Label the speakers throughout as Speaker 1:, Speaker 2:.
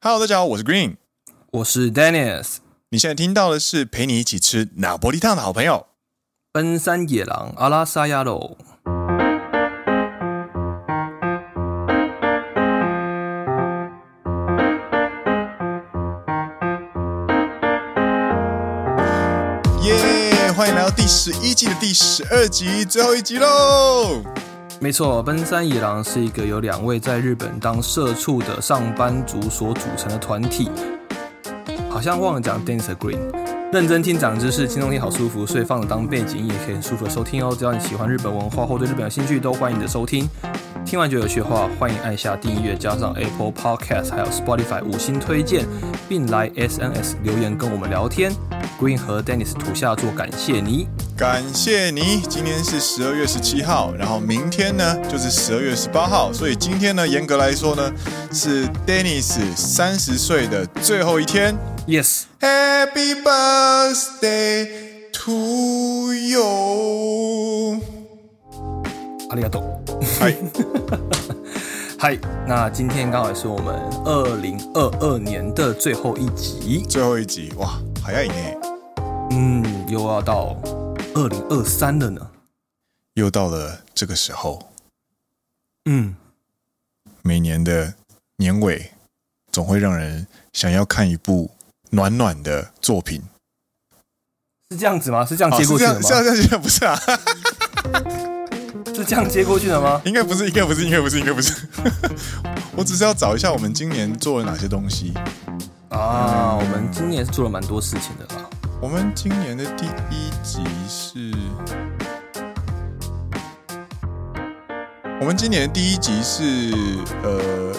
Speaker 1: Hello，大家好，我是 Green。
Speaker 2: 我是 Dennis，
Speaker 1: 你现在听到的是陪你一起吃拿玻璃烫的好朋友。
Speaker 2: 奔山野狼阿拉萨亚喽。
Speaker 1: 耶、欢迎来到第十一季的第十二集，最后一集喽！
Speaker 2: 没错，奔山野狼是一个由两位在日本当社畜的上班族所组成的团体。好像忘了讲 Dance Green，认真听长知识，轻松听好舒服，所以放着当背景音也可以很舒服的收听哦。只要你喜欢日本文化或对日本有兴趣，都欢迎你的收听。听完觉得有趣的话，欢迎按下订阅，加上 Apple Podcast 还有 Spotify 五星推荐，并来 SNS 留言跟我们聊天。Green 和 Dennis 土下座，感谢你。
Speaker 1: 感谢你，今天是十二月十七号，然后明天呢就是十二月十八号，所以今天呢，严格来说呢是 Dennis 三十岁的最后一天。
Speaker 2: Yes。
Speaker 1: Happy birthday to you！哎
Speaker 2: ありがとう。
Speaker 1: 嗨，
Speaker 2: 嗨，那今天刚好也是我们二零二二年的最后一集，
Speaker 1: 最后一集哇，早いね，
Speaker 2: 嗯，又要到二零二三了呢。
Speaker 1: 又到了这个时候。
Speaker 2: 嗯，
Speaker 1: 每年的年尾，总会让人想要看一部暖暖的作品。
Speaker 2: 是这样子吗？是这样
Speaker 1: 啊，
Speaker 2: 接
Speaker 1: 是
Speaker 2: 过
Speaker 1: 这
Speaker 2: 去的
Speaker 1: 样，
Speaker 2: 吗？
Speaker 1: 是啊，是啊是啊，不是啊，
Speaker 2: 是这样接过去的吗？
Speaker 1: 应该不是，应该不是，应该不是，应该不是。 我只是要找一下我们今年做了哪些东西。
Speaker 2: 啊，我们今年是做了蛮多事情的啦。
Speaker 1: 我们今年的第一集是，我们今年的第一集是呃，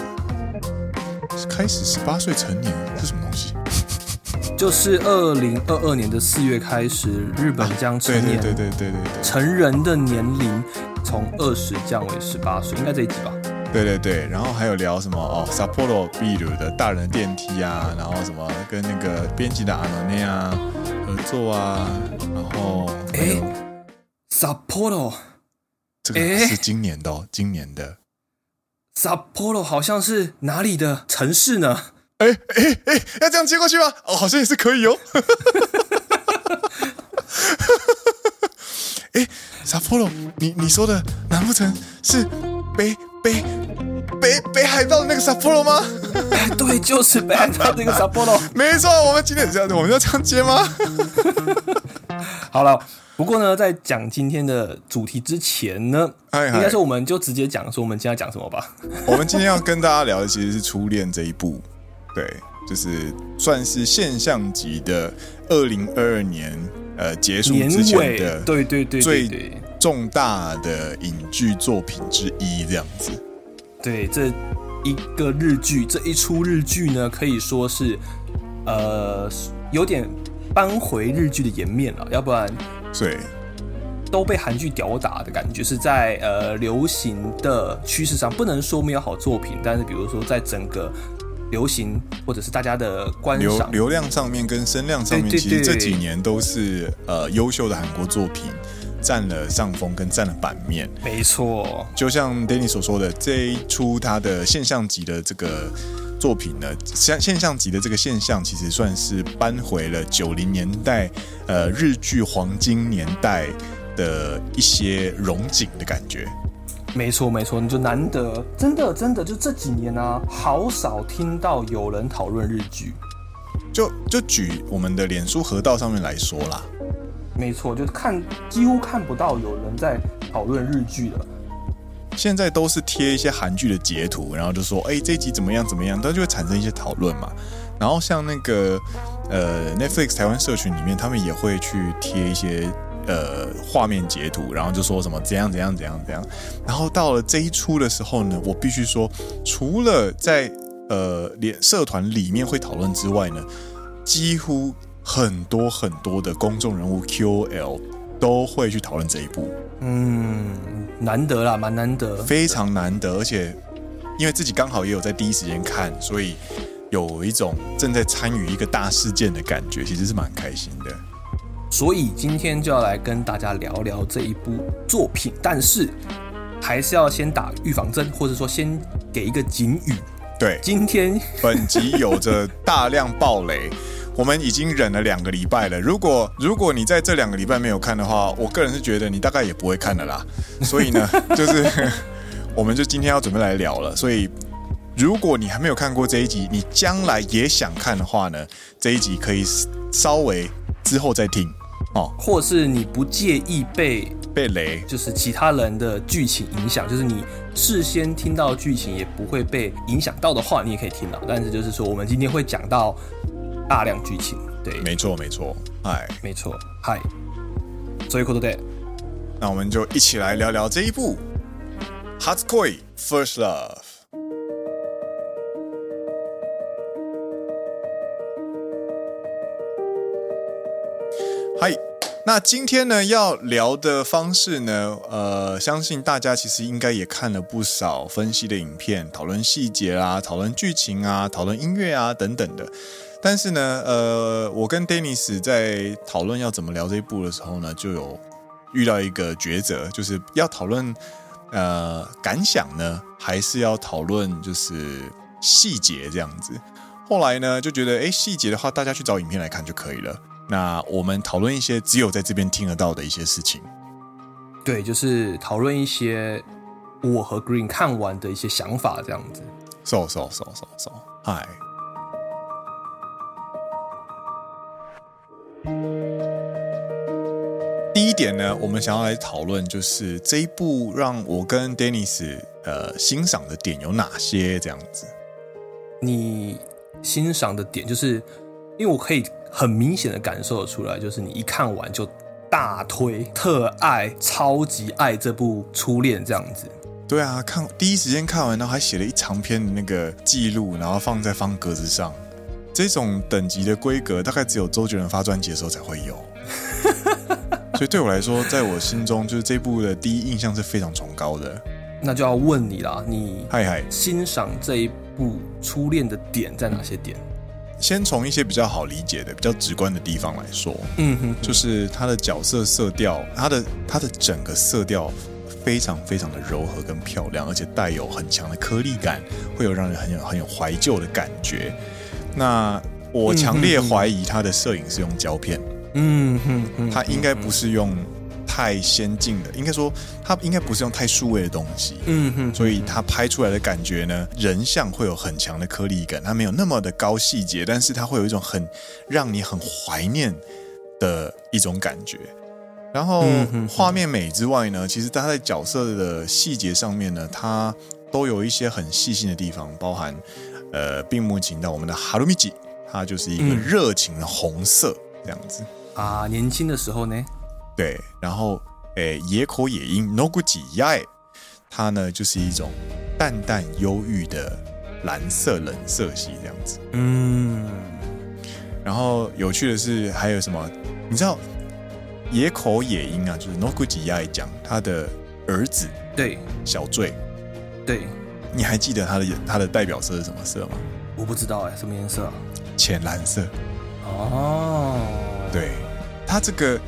Speaker 1: 是开始十八岁成年是什么东西？
Speaker 2: 就是二零二二年的四月开始，日本将成
Speaker 1: 对对
Speaker 2: 年
Speaker 1: 对对对对对。
Speaker 2: 成人的年龄从二十降为十八岁，应该这一集吧？
Speaker 1: 对对对，然后还有聊什么哦，Sapporo b 鲁的大人电梯啊，然后什么跟那个编辑的阿诺内啊合作啊，然后还有
Speaker 2: 哎，Sapporo
Speaker 1: 这个
Speaker 2: 诶
Speaker 1: 是今年的哦，今年的
Speaker 2: Sapporo 好像是哪里的城市呢？
Speaker 1: 要这样接过去吗？哦，好像也是可以哦。 哎，Sapporo，你你说的难不成是北北北北海道的那个 Sapporo 吗？
Speaker 2: 对，就是北海道这个 Sapporo。
Speaker 1: 没错，我们今天这样，我们要这样接吗？
Speaker 2: 好了，不过呢，在讲今天的主题之前呢，
Speaker 1: 哎
Speaker 2: 应
Speaker 1: 哎
Speaker 2: 该说我们就直接讲说我们今天要讲什么吧。
Speaker 1: 我们今天要跟大家聊的其实是初恋这一部，对，就是算是现象级的二零二二年呃结束
Speaker 2: 年
Speaker 1: 之前
Speaker 2: 尾
Speaker 1: 的，
Speaker 2: 对对对对
Speaker 1: 最
Speaker 2: 对
Speaker 1: 重大的影剧作品之一，这样子。
Speaker 2: 对，这一个日剧，这一出日剧呢，可以说是呃有点扳回日剧的颜面了，要不然
Speaker 1: 对，
Speaker 2: 都被韩剧吊打的感觉，是在呃流行的趋势上，不能说没有好作品，但是比如说在整个流行或者是大家的观
Speaker 1: 流
Speaker 2: 赏，
Speaker 1: 流量上面跟声量上面，
Speaker 2: 对对
Speaker 1: 其实这
Speaker 2: 对
Speaker 1: 几年都是呃优秀的韩国作品占了上风跟占了版面。
Speaker 2: 没错，
Speaker 1: 就像 Danny 所说的，这一出他的现象级的这个作品呢，现现象级的这个现象，其实算是扳回了九零年代呃日剧黄金年代的一些荣景的感觉。
Speaker 2: 没错，没错，你就难得，真的，真的，就这几年啊，好少听到有人讨论日剧。
Speaker 1: 就就举我们的脸书河道上面来说啦，
Speaker 2: 没错，就看几乎看不到有人在讨论日剧了。
Speaker 1: 现在都是贴一些韩剧的截图，然后就说，哎、这一集怎么样怎么样，它就会产生一些讨论嘛。然后像那个呃 Netflix 台湾社群里面，他们也会去贴一些呃画面截图，然后就说什么怎样怎样怎样怎样。然后到了这一出的时候呢，我必须说，除了在呃连社团里面会讨论之外呢，几乎很多很多的公众人物 QL 都会去讨论这一部。
Speaker 2: 嗯，难得啦，蛮难得。
Speaker 1: 非常难得，而且因为自己刚好也有在第一时间看，所以有一种正在参与一个大事件的感觉，其实是蛮开心的。
Speaker 2: 所以今天就要来跟大家聊聊这一部作品，但是还是要先打预防针，或者说先给一个警语。
Speaker 1: 对，
Speaker 2: 今天
Speaker 1: 本集有着大量暴雷， 我们已经忍了两个礼拜了。如果如果你在这两个礼拜没有看的话，我个人是觉得你大概也不会看的啦。所以呢，就是我们就今天要准备来聊了。所以，如果你还没有看过这一集，你将来也想看的话呢，这一集可以稍微之后再听哦。
Speaker 2: 或是你不介意被
Speaker 1: 被雷，
Speaker 2: 就是其他人的剧情影响，就是你事先听到剧情也不会被影响到的话，你也可以听到。但是就是说，我们今天会讲到大量剧情，对，
Speaker 1: 没错没错，哎，
Speaker 2: 没错，嗨，所以ことで
Speaker 1: 那我们就一起来聊聊这一部《h a t s k o i First Love》。嗨，那今天呢要聊的方式呢，呃，相信大家其实应该也看了不少分析的影片，讨论细节啊，讨论剧情啊，讨论音乐啊等等的。但是呢，呃，我跟 Dennis 在讨论要怎么聊这一部的时候呢，就有遇到一个抉择，就是要讨论呃感想呢，还是要讨论就是细节这样子。后来呢，就觉得诶，细节的话，大家去找影片来看就可以了。那我们讨论一些只有在这边听得到的一些事情。
Speaker 2: 对，就是讨论一些我和 Green 看完的一些想法，这样子。
Speaker 1: So so so so so，嗨。第一点呢，我们想要来讨论，就是这一部让我跟 Dennis 呃欣赏的点有哪些？这样子，
Speaker 2: 你欣赏的点，就是因为我可以很明显的感受得出来，就是你一看完就大推、特爱、超级爱这部《初恋》这样子。
Speaker 1: 对啊，看第一时间看完，然后还写了一长篇的那个记录，然后放在方格子上。这种等级的规格，大概只有周杰伦发专辑的时候才会有。所以对我来说，在我心中，就是这部的第一印象是非常崇高的。
Speaker 2: 那就要问你啦，你
Speaker 1: 嗨嗨，
Speaker 2: 欣赏这一部《初恋》的点在哪些点？
Speaker 1: 先从一些比较好理解的、比较直观的地方来说，
Speaker 2: 嗯哼，
Speaker 1: 就是他的角色色调，他的他的整个色调非常非常的柔和跟漂亮，而且带有很强的颗粒感，会有让人很有很有怀旧的感觉。那我强烈怀疑他的摄影是用胶片，
Speaker 2: 嗯哼哼，
Speaker 1: 他应该不是用太先进的，应该说他应该不是用太数位的东西，
Speaker 2: 嗯哼，
Speaker 1: 所以他拍出来的感觉呢，人像会有很强的颗粒感，它没有那么的高细节，但是它会有一种很让你很怀念的一种感觉。然后
Speaker 2: 嗯哼
Speaker 1: 画面美之外呢，其实它在角色的细节上面呢，它都有一些很细心的地方，包含呃，并木琴到我们的哈鲁米吉，它就是一个
Speaker 2: 嗯
Speaker 1: 热情的红色这样子。
Speaker 2: 啊，年轻的时候呢，
Speaker 1: 对，然后诶，野口野樱 Noguchi Yae，它呢就是一种淡淡忧郁的蓝色冷色系这样子。
Speaker 2: 嗯，
Speaker 1: 然后有趣的是，还有什么？你知道野口野樱啊，就是 Noguchi Yae 讲他的儿子
Speaker 2: 对
Speaker 1: 小醉，
Speaker 2: 对，
Speaker 1: 你还记得他的他的代表色是什么色吗？
Speaker 2: 我不知道哎、什么颜色啊？
Speaker 1: 浅蓝色。
Speaker 2: 哦，，
Speaker 1: 对，他这个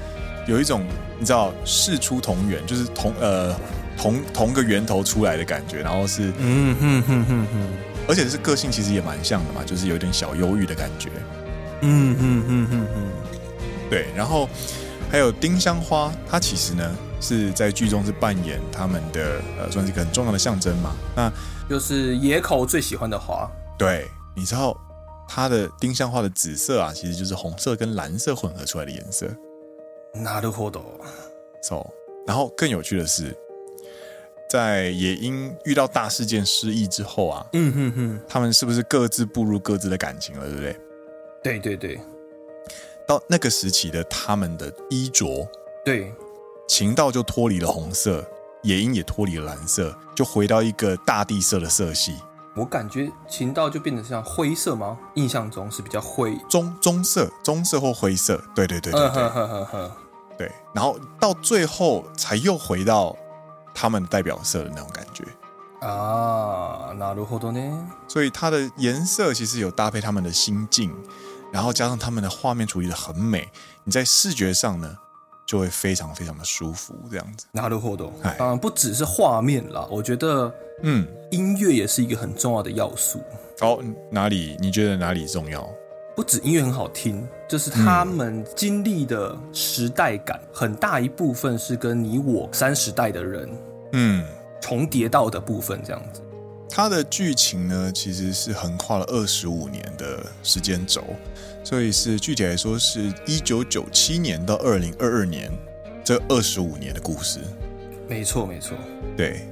Speaker 1: 有一种你知道事出同源，就是同呃同同个源头出来的感觉，然后是
Speaker 2: 嗯哼哼哼哼，
Speaker 1: 而且是个性其实也蛮像的嘛，就是有点小忧郁的感觉。
Speaker 2: 嗯哼哼哼哼。
Speaker 1: 对，然后还有丁香花，它其实呢是在剧中是扮演他们的呃，算是一个很重要的象征嘛。那
Speaker 2: 就是野口最喜欢的花。
Speaker 1: 对，你知道它的丁香花的紫色啊，其实就是红色跟蓝色混合出来的颜色。
Speaker 2: なるほど。
Speaker 1: So，然后更有趣的是，在野樱遇到大事件失忆之后啊，
Speaker 2: 嗯哼哼，
Speaker 1: 他们是不是各自步入各自的感情了，对不对？
Speaker 2: 对对对
Speaker 1: 到那个时期的他们的衣着
Speaker 2: 对，
Speaker 1: 情道就脱离了红色，野樱也脱离了蓝色，就回到一个大地色的色系，
Speaker 2: 我感觉情道就变得像灰色吗？印象中是比较灰。
Speaker 1: 棕棕色、棕色或灰色。对对对对
Speaker 2: 嗯
Speaker 1: 对、
Speaker 2: 哼哼哼哼，
Speaker 1: 对。然后到最后才又回到他们的代表色的那种感觉，
Speaker 2: 啊，なるほどね。
Speaker 1: 所以它的颜色其实有搭配他们的心境，然后加上他们的画面处理的很美，你在视觉上呢就会非常非常的舒服，这样子。
Speaker 2: なるほど
Speaker 1: 哎。
Speaker 2: 当然嗯不只是画面啦，我觉得
Speaker 1: 嗯，
Speaker 2: 音乐也是一个很重要的要素。
Speaker 1: 哦，哪里你觉得哪里重要？
Speaker 2: 不止音乐很好听，就是他们经历的时代感，很大一部分是跟你我三十代的人
Speaker 1: 嗯，
Speaker 2: 重叠到的部分，这样子。
Speaker 1: 它的剧情呢，其实是横跨了二十五年的时间轴，所以是具体来说是一九九七年到二零二二年这二十五年的故事。
Speaker 2: 没错，没错。
Speaker 1: 对，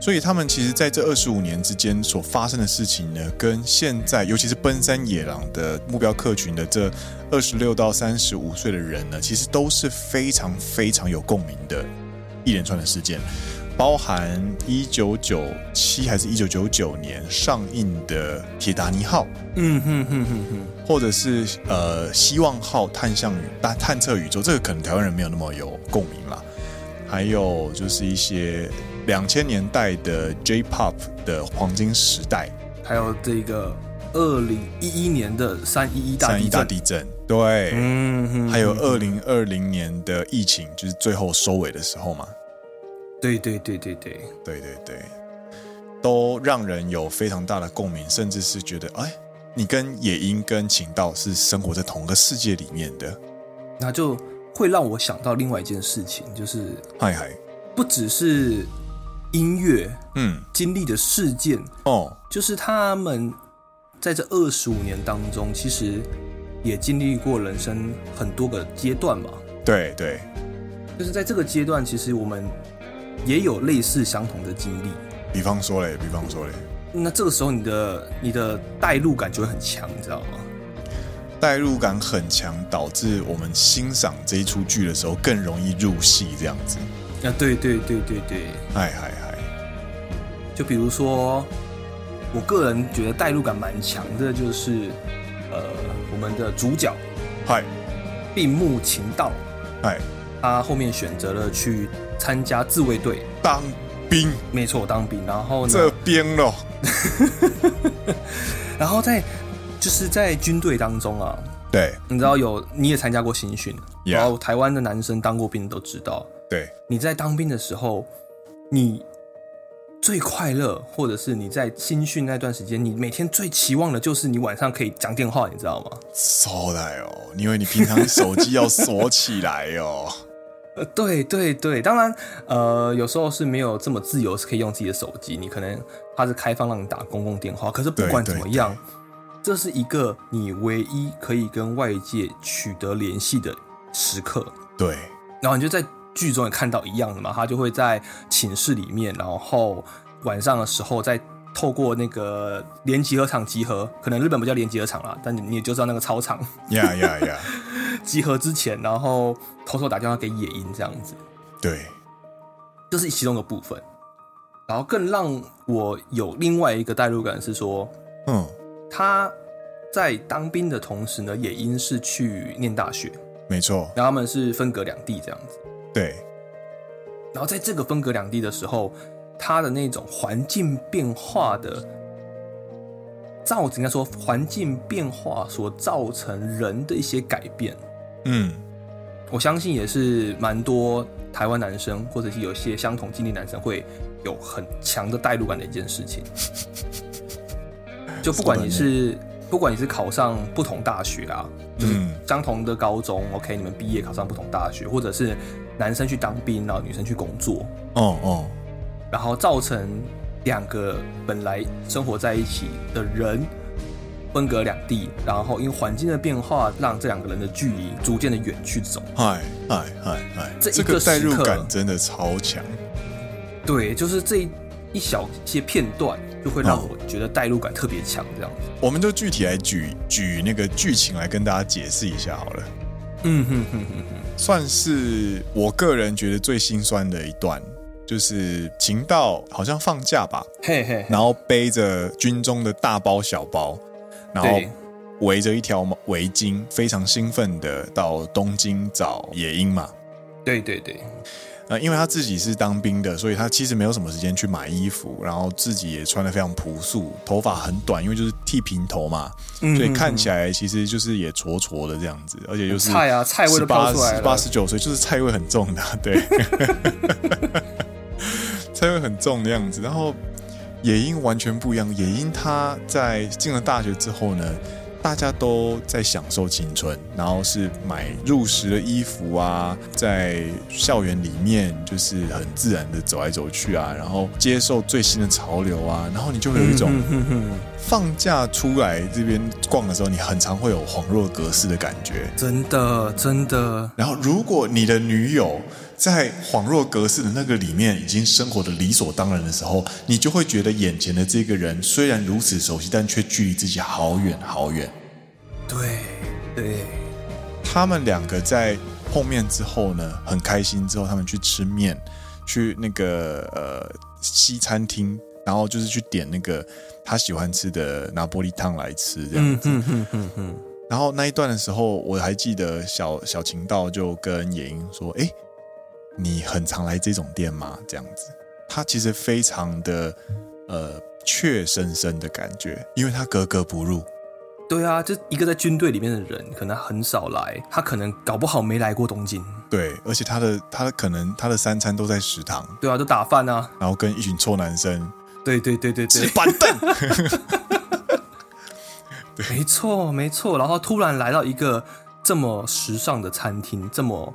Speaker 1: 所以他们其实在这二十五年之间所发生的事情呢，跟现在尤其是奔山野狼的目标客群的这二十六到三十五岁的人呢，其实都是非常非常有共鸣的一连串的事件，包含一九九七还是一九九九年上映的《铁达尼号》。
Speaker 2: 嗯哼哼哼哼。
Speaker 1: 或者是呃希望号探向宇探探测宇宙，这个可能台湾人没有那么有共鸣啦。还有就是一些两千年代的 J-Pop 的黄金时代，
Speaker 2: 还有这个二零一一年的三一一大
Speaker 1: 三
Speaker 2: 地
Speaker 1: 一大
Speaker 2: 震，
Speaker 1: 地震，对，
Speaker 2: 嗯哼，
Speaker 1: 还有二零二零年的疫情，就是最后收尾的时候嘛，
Speaker 2: 对对对对对，
Speaker 1: 对对对，都让人有非常大的共鸣，甚至是觉得哎，你跟野樱跟晴道是生活在同个世界里面的，
Speaker 2: 那就会让我想到另外一件事情，就是
Speaker 1: 嗨嗨，
Speaker 2: 不只是音乐
Speaker 1: 嗯，
Speaker 2: 经历的事件，
Speaker 1: 哦，
Speaker 2: 就是他们在这二十五年当中，其实也经历过人生很多个阶段吧。
Speaker 1: 对对。
Speaker 2: 就是在这个阶段，其实我们也有类似相同的经历。
Speaker 1: 比方说嘞，比方说嘞，
Speaker 2: 那这个时候，你的你的代入感就会很强，你知道吗？
Speaker 1: 代入感很强，导致我们欣赏这一出剧的时候更容易入戏，这样子。
Speaker 2: 啊，对对对对对，
Speaker 1: 嗨嗨嗨，
Speaker 2: 就比如说，我个人觉得代入感蛮强的，就是呃，我们的主角
Speaker 1: 嗨
Speaker 2: 病木秦道，
Speaker 1: 嗨，
Speaker 2: 他后面选择了去参加自卫队，
Speaker 1: 当兵
Speaker 2: 没错，当兵。然后呢，
Speaker 1: 这边咯，
Speaker 2: 然后在就是在军队当中啊，
Speaker 1: 对
Speaker 2: 你知道有你也参加过新训
Speaker 1: Yeah
Speaker 2: 然后台湾的男生当过兵都知道，
Speaker 1: 对，
Speaker 2: 你在当兵的时候，你最快乐，或者是你在新训那段时间，你每天最期望的就是你晚上可以讲电话，你知道吗？
Speaker 1: 收来哦，因为你平常手机要锁起来哦。
Speaker 2: 呃，对对对，当然，呃，有时候是没有这么自由，是可以用自己的手机，你可能它是开放让你打公共电话，可是不管
Speaker 1: 对对
Speaker 2: 怎么样，这是一个你唯一可以跟外界取得联系的时刻。
Speaker 1: 对，
Speaker 2: 然后你就在剧中也看到一样的嘛，他就会在寝室里面，然后晚上的时候再透过那个联集合场集合，可能日本不叫联集合场啦，但你你也就知道那个操场
Speaker 1: 呀呀呀，
Speaker 2: 集合之前，然后偷偷打电话给野樱这样子，
Speaker 1: 对，
Speaker 2: 这是其中的部分。然后更让我有另外一个代入感是说，
Speaker 1: 嗯，
Speaker 2: 他在当兵的同时呢，野樱是去念大学，
Speaker 1: 没错，
Speaker 2: 然后他们是分隔两地这样子。
Speaker 1: 对，
Speaker 2: 然后在这个分隔两地的时候，它的那种环境变化的造成，应该说环境变化所造成人的一些改变，
Speaker 1: 嗯，
Speaker 2: 我相信也是蛮多台湾男生或者是有一些相同经历男生会有很强的代入感的一件事情。就不管你是不管你是考上不同大学啦，就是
Speaker 1: 嗯
Speaker 2: 相同的高中、o k 你们毕业考上不同大学，或者是男生去当兵，然后女生去工作，
Speaker 1: 哦哦，
Speaker 2: 然后造成两个本来生活在一起的人分隔两地，然后因为环境的变化，让这两个人的距离逐渐的远去走。
Speaker 1: 嗨嗨嗨嗨，
Speaker 2: 这一
Speaker 1: 这个
Speaker 2: 个
Speaker 1: 代入
Speaker 2: 时刻
Speaker 1: 感真的超强。
Speaker 2: 对，就是这一一小些片段，就会让
Speaker 1: 哦
Speaker 2: 我觉得代入感特别强，这样子。
Speaker 1: 我们就具体来举举那个剧情来跟大家解释一下好了。
Speaker 2: 嗯哼哼哼，
Speaker 1: 算是我个人觉得最心酸的一段，就是秦道好像放假吧，
Speaker 2: 嘿嘿，
Speaker 1: 然后背着军中的大包小包，然后
Speaker 2: 对
Speaker 1: 围着一条围巾，非常兴奋的到东京找野樱嘛。
Speaker 2: 对对对，
Speaker 1: 那呃因为他自己是当兵的，所以他其实没有什么时间去买衣服，然后自己也穿的非常朴素，头发很短，因为就是剃平头嘛，
Speaker 2: 嗯
Speaker 1: 所以看起来其实就是也矬矬的这样子，而且就是
Speaker 2: 菜啊，菜味
Speaker 1: 十
Speaker 2: 都飘
Speaker 1: 八、
Speaker 2: 出来
Speaker 1: 十八、
Speaker 2: 了。
Speaker 1: 十九岁就是菜味很重的， 对，菜味很重的样子。然后野樱完全不一样，野樱她在进了大学之后呢，大家都在享受青春，然后是买入时的衣服啊，在校园里面就是很自然的走来走去啊，然后接受最新的潮流啊，然后你就会有一种
Speaker 2: 嗯哼哼哼
Speaker 1: 放假出来这边逛的时候，你很常会有恍若隔世的感觉。
Speaker 2: 真的真的，
Speaker 1: 然后，如果你的女友在恍若隔世的那个里面已经生活的理所当然的时候，你就会觉得眼前的这个人虽然如此熟悉，但却距离自己好远好远。
Speaker 2: 对对，
Speaker 1: 他们两个在碰面之后呢，很开心。之后他们去吃面，去那个呃西餐厅，然后就是去点那个他喜欢吃的拿玻璃汤来吃，这样。
Speaker 2: 嗯哼哼哼哼，
Speaker 1: 然后那一段的时候，我还记得小小秦道就跟野英说：“哎，你很常来这种店吗？”这样子，他其实非常的呃怯生生的感觉，因为他格格不入。
Speaker 2: 对啊，就一个在军队里面的人，可能很少来，他可能搞不好没来过东京，
Speaker 1: 对，而且他的他的可能他的三餐都在食堂，
Speaker 2: 对啊，都打饭啊，
Speaker 1: 然后跟一群臭男生
Speaker 2: 对对对对
Speaker 1: 吃
Speaker 2: 对，
Speaker 1: 板凳。
Speaker 2: 没错没错，然后突然来到一个这么时尚的餐厅，这么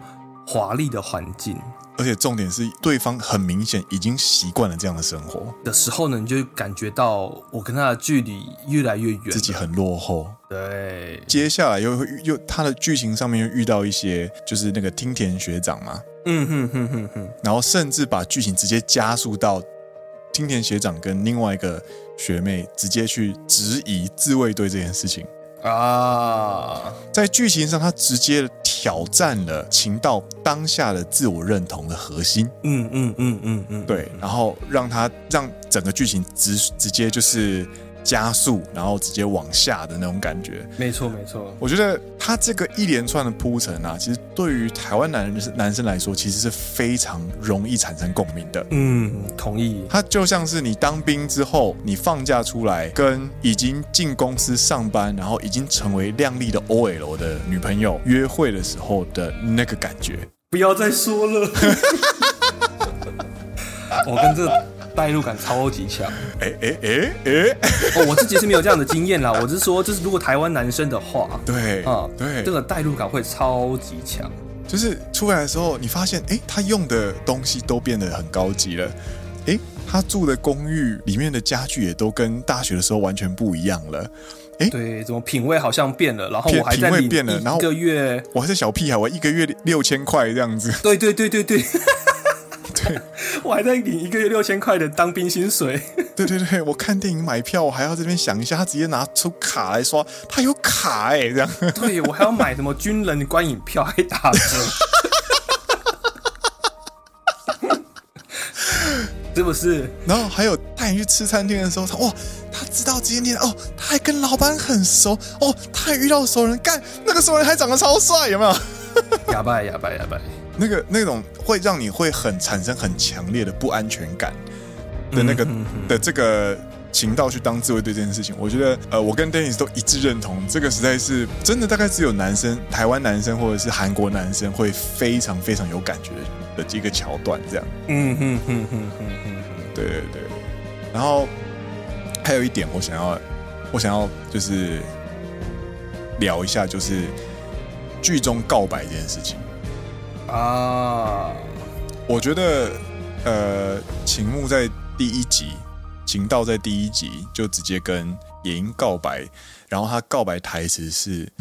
Speaker 2: 华丽的环境
Speaker 1: 而且重点是，对方很明显已经习惯了这样的生活，
Speaker 2: 的时候呢，你就感觉到我跟他的距离越来越远
Speaker 1: 自己
Speaker 2: 了，
Speaker 1: 很落后。
Speaker 2: 对，
Speaker 1: 接下来又会遇又他的剧情上面又遇到一些，就是那个听田学长嘛，
Speaker 2: 嗯哼哼哼哼，
Speaker 1: 然后甚至把剧情直接加速到听田学长跟另外一个学妹直接去质疑自卫队这件事情。
Speaker 2: 啊，
Speaker 1: 在剧情上，他直接挑战了秦道当下的自我认同的核心，
Speaker 2: 嗯嗯嗯嗯嗯，
Speaker 1: 对，然后让他让整个剧情直直接就是加速，然后直接往下的那种感觉。
Speaker 2: 没错没错，
Speaker 1: 我觉得他这个一连串的铺陈啊，其实对于台湾男人男生来说，其实是非常容易产生共鸣的。
Speaker 2: 嗯，同意，
Speaker 1: 它就像是你当兵之后，你放假出来，跟已经进公司上班，然后已经成为靓丽的 OL 的女朋友约会的时候的那个感觉。
Speaker 2: 不要再说了。 我跟这代入感超级强。
Speaker 1: 哎哎哎哎，
Speaker 2: 哦，我自己是没有这样的经验啦。我是说，就是如果台湾男生的话，
Speaker 1: 对
Speaker 2: 啊，
Speaker 1: 对，
Speaker 2: 这个代入感会超级强。
Speaker 1: 就是出来的时候，你发现，哎，他用的东西都变得很高级了，哎，他住的公寓里面的家具也都跟大学的时候完全不一样了。
Speaker 2: 对，怎么品味好像变了，然后
Speaker 1: 品
Speaker 2: 我还在
Speaker 1: 品味
Speaker 2: 领
Speaker 1: 变了
Speaker 2: 一
Speaker 1: 然后
Speaker 2: 一个月，
Speaker 1: 我还是小屁孩，我一个月六千块这样子，
Speaker 2: 对对对对对， 我还在领一个月六千块的当兵薪 水。
Speaker 1: 对对对，我看电影买票，我还要这边想一下，他直接拿出卡来刷，他有卡哎、这样
Speaker 2: 对我还要买什么军人观影票还打折， 是不是？
Speaker 1: 然后还有带你去吃餐厅的时候，他哇，他知道这间店哦，他还跟老板很熟哦，他还遇到熟人，干那个熟人还长得超帅，有没有？
Speaker 2: 哑巴哑巴哑巴，
Speaker 1: 那个那种会让你会很产生很强烈的不安全感的那个、的这个情道去当自卫队这件事情，我觉得呃，我跟 Dennis 都一致认同，这个实在是真的大概只有男生、台湾男生或者是韩国男生会非常非常有感觉的一个桥段，这样。
Speaker 2: 嗯哼哼哼哼哼哼，
Speaker 1: 对对对。然后还有一点，我想要，我想要就是聊一下，就是剧中告白这件事情。
Speaker 2: 啊，
Speaker 1: 我觉得，呃，秦牧在第一集，秦道在第一集就直接跟野樱告白，然后他告白台词是：“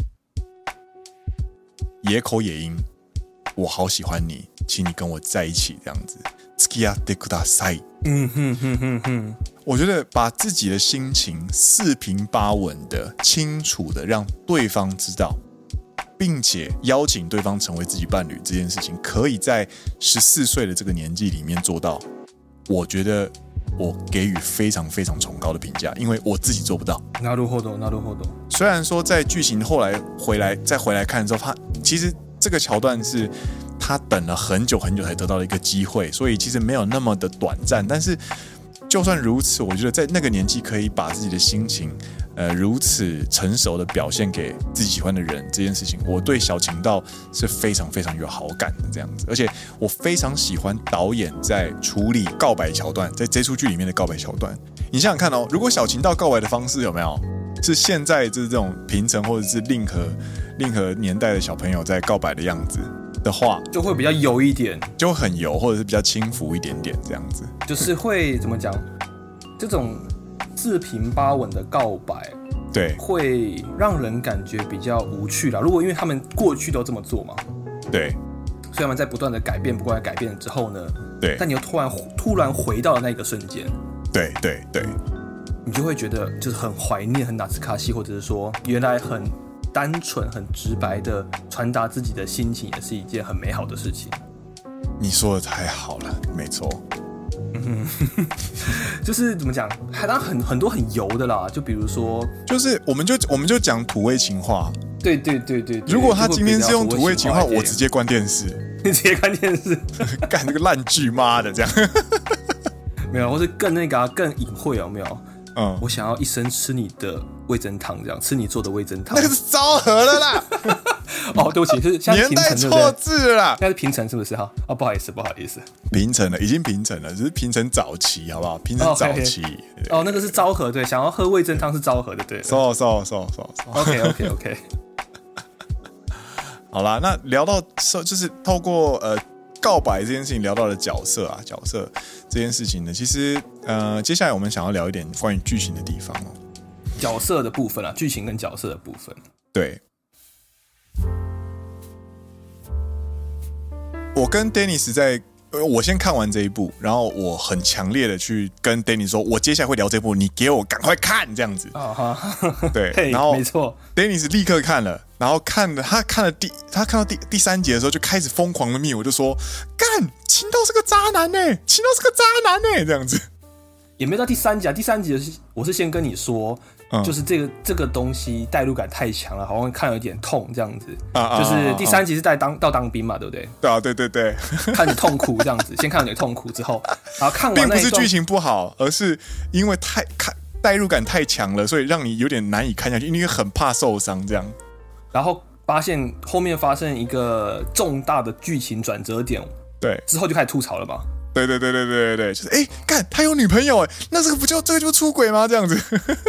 Speaker 1: 野口野樱，我好喜欢你，请你跟我在一起。”这样子，付き合ってください。
Speaker 2: 嗯哼哼哼哼，
Speaker 1: 我觉得把自己的心情四平八稳的、清楚的让对方知道，并且邀请对方成为自己伴侣这件事情，可以在十四岁的这个年纪里面做到。我觉得我给予非常非常崇高的评价，因为我自己做不到。
Speaker 2: なるほどなるほど，
Speaker 1: 虽然说在剧情后来回来再回来看的时候，他其实这个桥段是他等了很久很久才得到了一个机会，所以其实没有那么的短暂。但是就算如此，我觉得在那个年纪可以把自己的心情，呃，如此成熟的表现给自己喜欢的人这件事情，我对小情道是非常非常有好感的这样子。而且我非常喜欢导演在处理告白桥段，在这出剧里面的告白桥段。你想想看哦，如果小情道告白的方式有没有是现在就是这种平成或者是令和令和年代的小朋友在告白的样子的话，
Speaker 2: 就会比较油一点，
Speaker 1: 就很油或者是比较轻浮一点点这样子。
Speaker 2: 就是会怎么讲，这种四平八稳的告白
Speaker 1: 对
Speaker 2: 会让人感觉比较无趣啦。如果因为他们过去都这么做嘛，
Speaker 1: 对
Speaker 2: 所以他们在不断的改变、不断的改变之后呢，
Speaker 1: 对
Speaker 2: 但你又突然突然回到了那个瞬间，
Speaker 1: 对对对
Speaker 2: 你就会觉得就是很怀念、很纳斯卡西，或者是说原来很单纯、很直白的传达自己的心情，也是一件很美好的事情。
Speaker 1: 你说的太好了，没错。
Speaker 2: 就是怎么讲，还当然很很多很油的啦，就比如说，
Speaker 1: 就是我们就我们就讲土味情话。
Speaker 2: 对对对对，对
Speaker 1: 如果他今天是用土味情话，
Speaker 2: 就会
Speaker 1: 我
Speaker 2: 比较
Speaker 1: 直接关电 视，
Speaker 2: 你直接看电视，
Speaker 1: 干这个烂剧，妈的这样。
Speaker 2: 没有，或是更那个、啊、更隐晦，有没有？
Speaker 1: 嗯，
Speaker 2: 我想要一生吃你的味噌汤，这样吃你做的味噌汤
Speaker 1: 那。个是昭和了 啦，
Speaker 2: 哦，对不起，是现在
Speaker 1: 年
Speaker 2: 是平
Speaker 1: 代
Speaker 2: 成对不对
Speaker 1: 错？字了啦
Speaker 2: 现，在是平成是不是哈？哦，不好意思，不好意思。
Speaker 1: 平成了，已经平成了，只是平成早期，好不好？平成
Speaker 2: 哦
Speaker 1: 早
Speaker 2: 嘿嘿
Speaker 1: 期。
Speaker 2: 哦，那个是昭和，对，想要喝味噌汤是昭和的，对。
Speaker 1: so so so so so。
Speaker 2: OK OK OK，
Speaker 1: 好啦，那聊到社，就是透过呃告白这件事情聊到了角色啊，角色这件事情呢，其实呃，接下来我们想要聊一点关于剧情的地方哦。
Speaker 2: 角色的部分啊，剧情跟角色的部分，
Speaker 1: 对，我跟 Dennis 在，呃我先看完这一部，然后我很强烈的去跟 Dennis 说，我接下来会聊这部，你给我赶快看这样子。
Speaker 2: 啊哈，
Speaker 1: 对
Speaker 2: 嘿
Speaker 1: 然后
Speaker 2: 没错，
Speaker 1: Dennis 立刻看了，然后看了他看了第他看到第第三集的时候就开始疯狂的密，我就说干，秦道是个渣男呢、秦道是个渣男呢、这样子。
Speaker 2: 也没到第三集啊，第三集是我是先跟你说，
Speaker 1: 嗯
Speaker 2: 就是这个这个东西代入感太强了，好像看有点痛这样子。
Speaker 1: 啊啊
Speaker 2: 就是第，
Speaker 1: 啊啊
Speaker 2: 三集是带当到当兵嘛，对 不对？
Speaker 1: 对啊，对对对，
Speaker 2: 看你痛苦这样子， 先看你痛苦之后，然后看
Speaker 1: 并
Speaker 2: 完
Speaker 1: 不
Speaker 2: 那一
Speaker 1: 是
Speaker 2: 段
Speaker 1: 剧，情不好，而是因为太看代入感太强了，所以让你有点难以看下去，因为很怕受伤这样。
Speaker 2: 然后发现后面发生一个重大的剧情转折点
Speaker 1: 对
Speaker 2: 之后，就开始吐槽 了嘛。
Speaker 1: 对对对对对对对，就是哎，干、他有女朋友哎、那这个不就这个就出轨吗？这样子，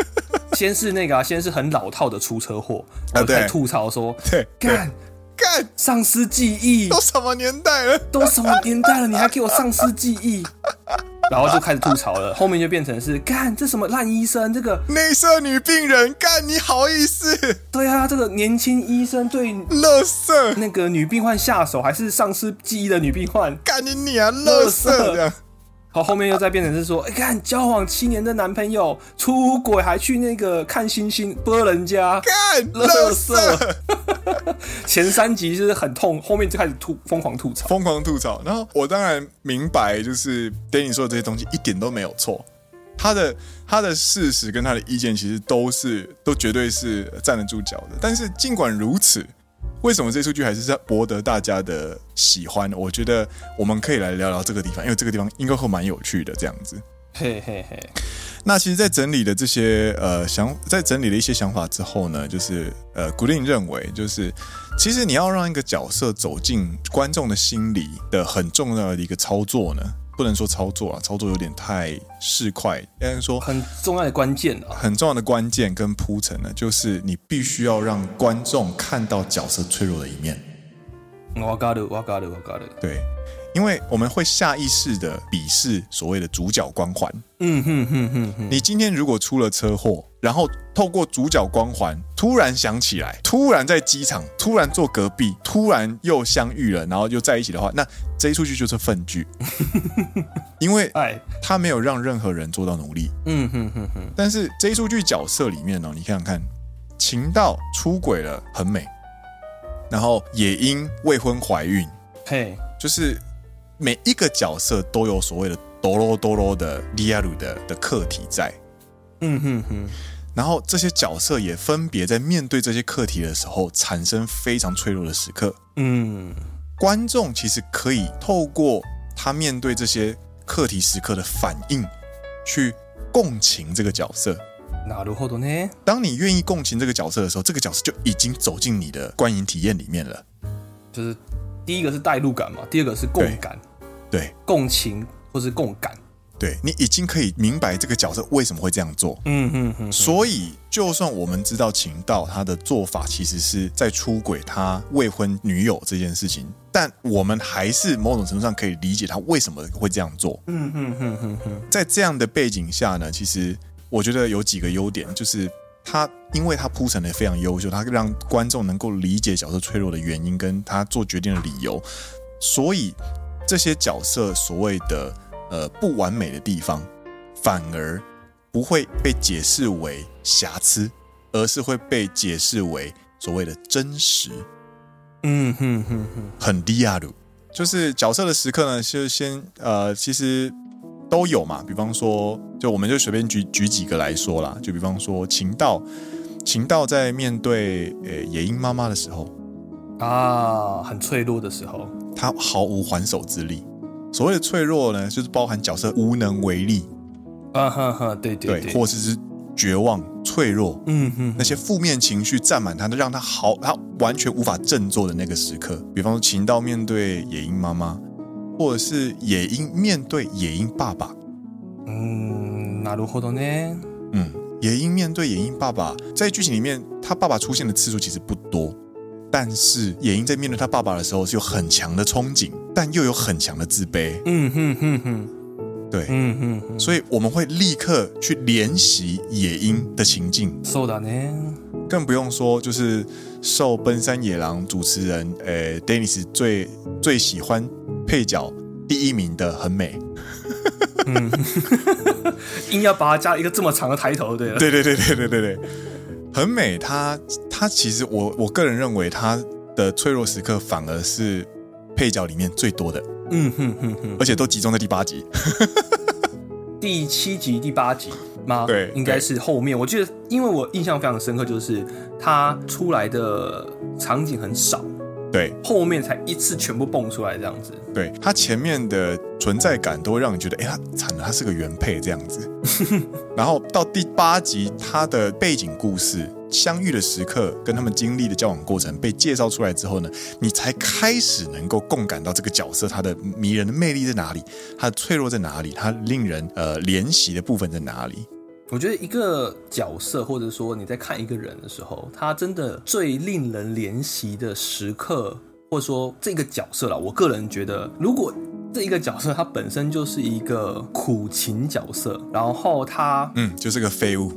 Speaker 2: 先是那个啊，先是很老套的出车祸，
Speaker 1: 啊
Speaker 2: 然后
Speaker 1: 对
Speaker 2: 再吐槽说，
Speaker 1: 对 对
Speaker 2: 干
Speaker 1: 干，
Speaker 2: 丧失记忆，
Speaker 1: 都什么年代了？
Speaker 2: 都什么年代了，你还给我丧失记忆， 然后就开始吐槽了。后面就变成是，干这什么烂医生，这个
Speaker 1: 内射女病人，干你好意思？
Speaker 2: 对啊，这个年轻医生对
Speaker 1: 乐色。
Speaker 2: 那个女病患下手，还是丧失记忆的女病患。
Speaker 1: 干你娘，乐色这样。
Speaker 2: 好，后面又再变成是说，哎、看交往七年的男朋友出轨，还去那个看星星拨人家，
Speaker 1: 干
Speaker 2: 垃
Speaker 1: 乐色，
Speaker 2: 圾。 前三集就是很痛，后面就开始吐疯狂吐槽。
Speaker 1: 疯狂吐槽。然后我当然明白，就是 Danny 说的这些东西一点都没有错，他的他的事实跟他的意见其实都是都绝对是站得住脚的。但是尽管如此，为什么这出剧还是在博得大家的喜欢？我觉得我们可以来聊聊这个地方，因为这个地方应该会蛮有趣的这样子。
Speaker 2: 嘿嘿嘿，
Speaker 1: 那其实，在整理的这些呃想，在整理了一些想法之后呢，就是呃，古令认为，就是其实你要让一个角色走进观众的心里的很重要的一个操作呢，不能说操作啊，操作有点太市侩，应该说
Speaker 2: 很重要的关键啊，
Speaker 1: 很重要的关键跟铺陈呢，就是你必须要让观众看到角色脆弱的一面。
Speaker 2: 嗯我 got it，我 got it，我 got it。
Speaker 1: 对，因为我们会下意识的鄙视所谓的主角光环。
Speaker 2: 嗯哼哼哼哼，
Speaker 1: 你今天如果出了车祸，然后透过主角光环突然想起来，突然在机场，突然坐隔壁，突然又相遇了，然后又在一起的话，那这一出剧就是粪 剧，因为
Speaker 2: 哎，
Speaker 1: 他没有让任何人做到努力。
Speaker 2: 嗯哼哼哼，
Speaker 1: 但是这一出剧角色里面呢、哦你想想看，秦道出轨了很美，然后也因未婚怀孕，
Speaker 2: 嘿，
Speaker 1: 就是每一个角色都有所谓的哆啰哆啰的利亚鲁的的课题在。
Speaker 2: 嗯哼哼，
Speaker 1: 然后这些角色也分别在面对这些课题的时候，产生非常脆弱的时刻。
Speaker 2: 嗯，
Speaker 1: 观众其实可以透过他面对这些课题时刻的反应，去共情这个角色。
Speaker 2: なるほどね。
Speaker 1: 当你愿意共情这个角色的时候，这个角色就已经走进你的观影体验里面了。
Speaker 2: 就是第一个是代入感嘛，第二个是共感、
Speaker 1: 对，
Speaker 2: 共情或是共感。
Speaker 1: 对你已经可以明白这个角色为什么会这样做。
Speaker 2: 嗯嗯嗯，
Speaker 1: 所以，就算我们知道秦道他的做法其实是在出轨他未婚女友这件事情，但我们还是某种程度上可以理解他为什么会这样做。
Speaker 2: 嗯嗯嗯嗯嗯，
Speaker 1: 在这样的背景下呢，其实我觉得有几个优点，就是他因为他铺陈的非常优秀，他让观众能够理解角色脆弱的原因跟他做决定的理由，所以这些角色所谓的呃不完美的地方，反而不会被解释为瑕疵，而是会被解释为所谓的真实。
Speaker 2: 嗯哼哼哼，
Speaker 1: 很低压的，就是角色的时刻呢，就先呃，其实都有嘛。比方说，就我们就随便举举几个来说啦，就比方说秦道，秦道在面对呃野樱妈妈的时候，
Speaker 2: 啊，很脆弱的时候，
Speaker 1: 他毫无还手之力。所谓的脆弱呢，就是包含角色无能为力，
Speaker 2: 啊哈哈，对对对，
Speaker 1: 或者是绝望、脆弱，
Speaker 2: 嗯哼，
Speaker 1: 那些负面情绪占满他，让他毫他完全无法振作的那个时刻。比方说，秦道面对野樱妈妈，或者是野樱面对野樱爸爸。
Speaker 2: 嗯，なるほどね。
Speaker 1: 嗯，野樱面对野樱爸爸，在剧情里面，他爸爸出现的次数其实不多，但是野樱在面对他爸爸的时候，是有很强的憧憬，但又有很强的自卑。
Speaker 2: 嗯哼哼哼，
Speaker 1: 对，
Speaker 2: 嗯哼哼，
Speaker 1: 所以我们会立刻去怜惜野樱的情境。
Speaker 2: そうだね。
Speaker 1: 更不用说，就是受奔山野狼主持人呃 Dennis 最最喜欢配角第一名的很美，
Speaker 2: 硬要把它加一个这么长的抬头，对了，
Speaker 1: 对对对对对对对，很美她她其实我我个人认为她的脆弱时刻反而是配角里面最多的，
Speaker 2: 嗯哼哼哼。
Speaker 1: 而且都集中在第八集。
Speaker 2: 第七集、第八集吗？
Speaker 1: 对
Speaker 2: 应该是后面。我记得，因为我印象非常深刻，就是它出来的场景很少，
Speaker 1: 对
Speaker 2: 后面才一次全部蹦出来这样子。
Speaker 1: 对，她前面的存在感都会让你觉得，哎，她惨了，她是个原配这样子。然后到第八集，她的背景故事、相遇的时刻，跟他们经历的交往过程被介绍出来之后呢，你才开始能够共感到这个角色他的迷人的魅力在哪里，他的脆弱在哪里，他令人呃怜惜的部分在哪里。
Speaker 2: 我觉得一个角色，或者说你在看一个人的时候，他真的最令人怜惜的时刻，或者说这个角色啦，我个人觉得，如果这一个角色他本身就是一个苦情角色，然后他
Speaker 1: 嗯，就是个废物。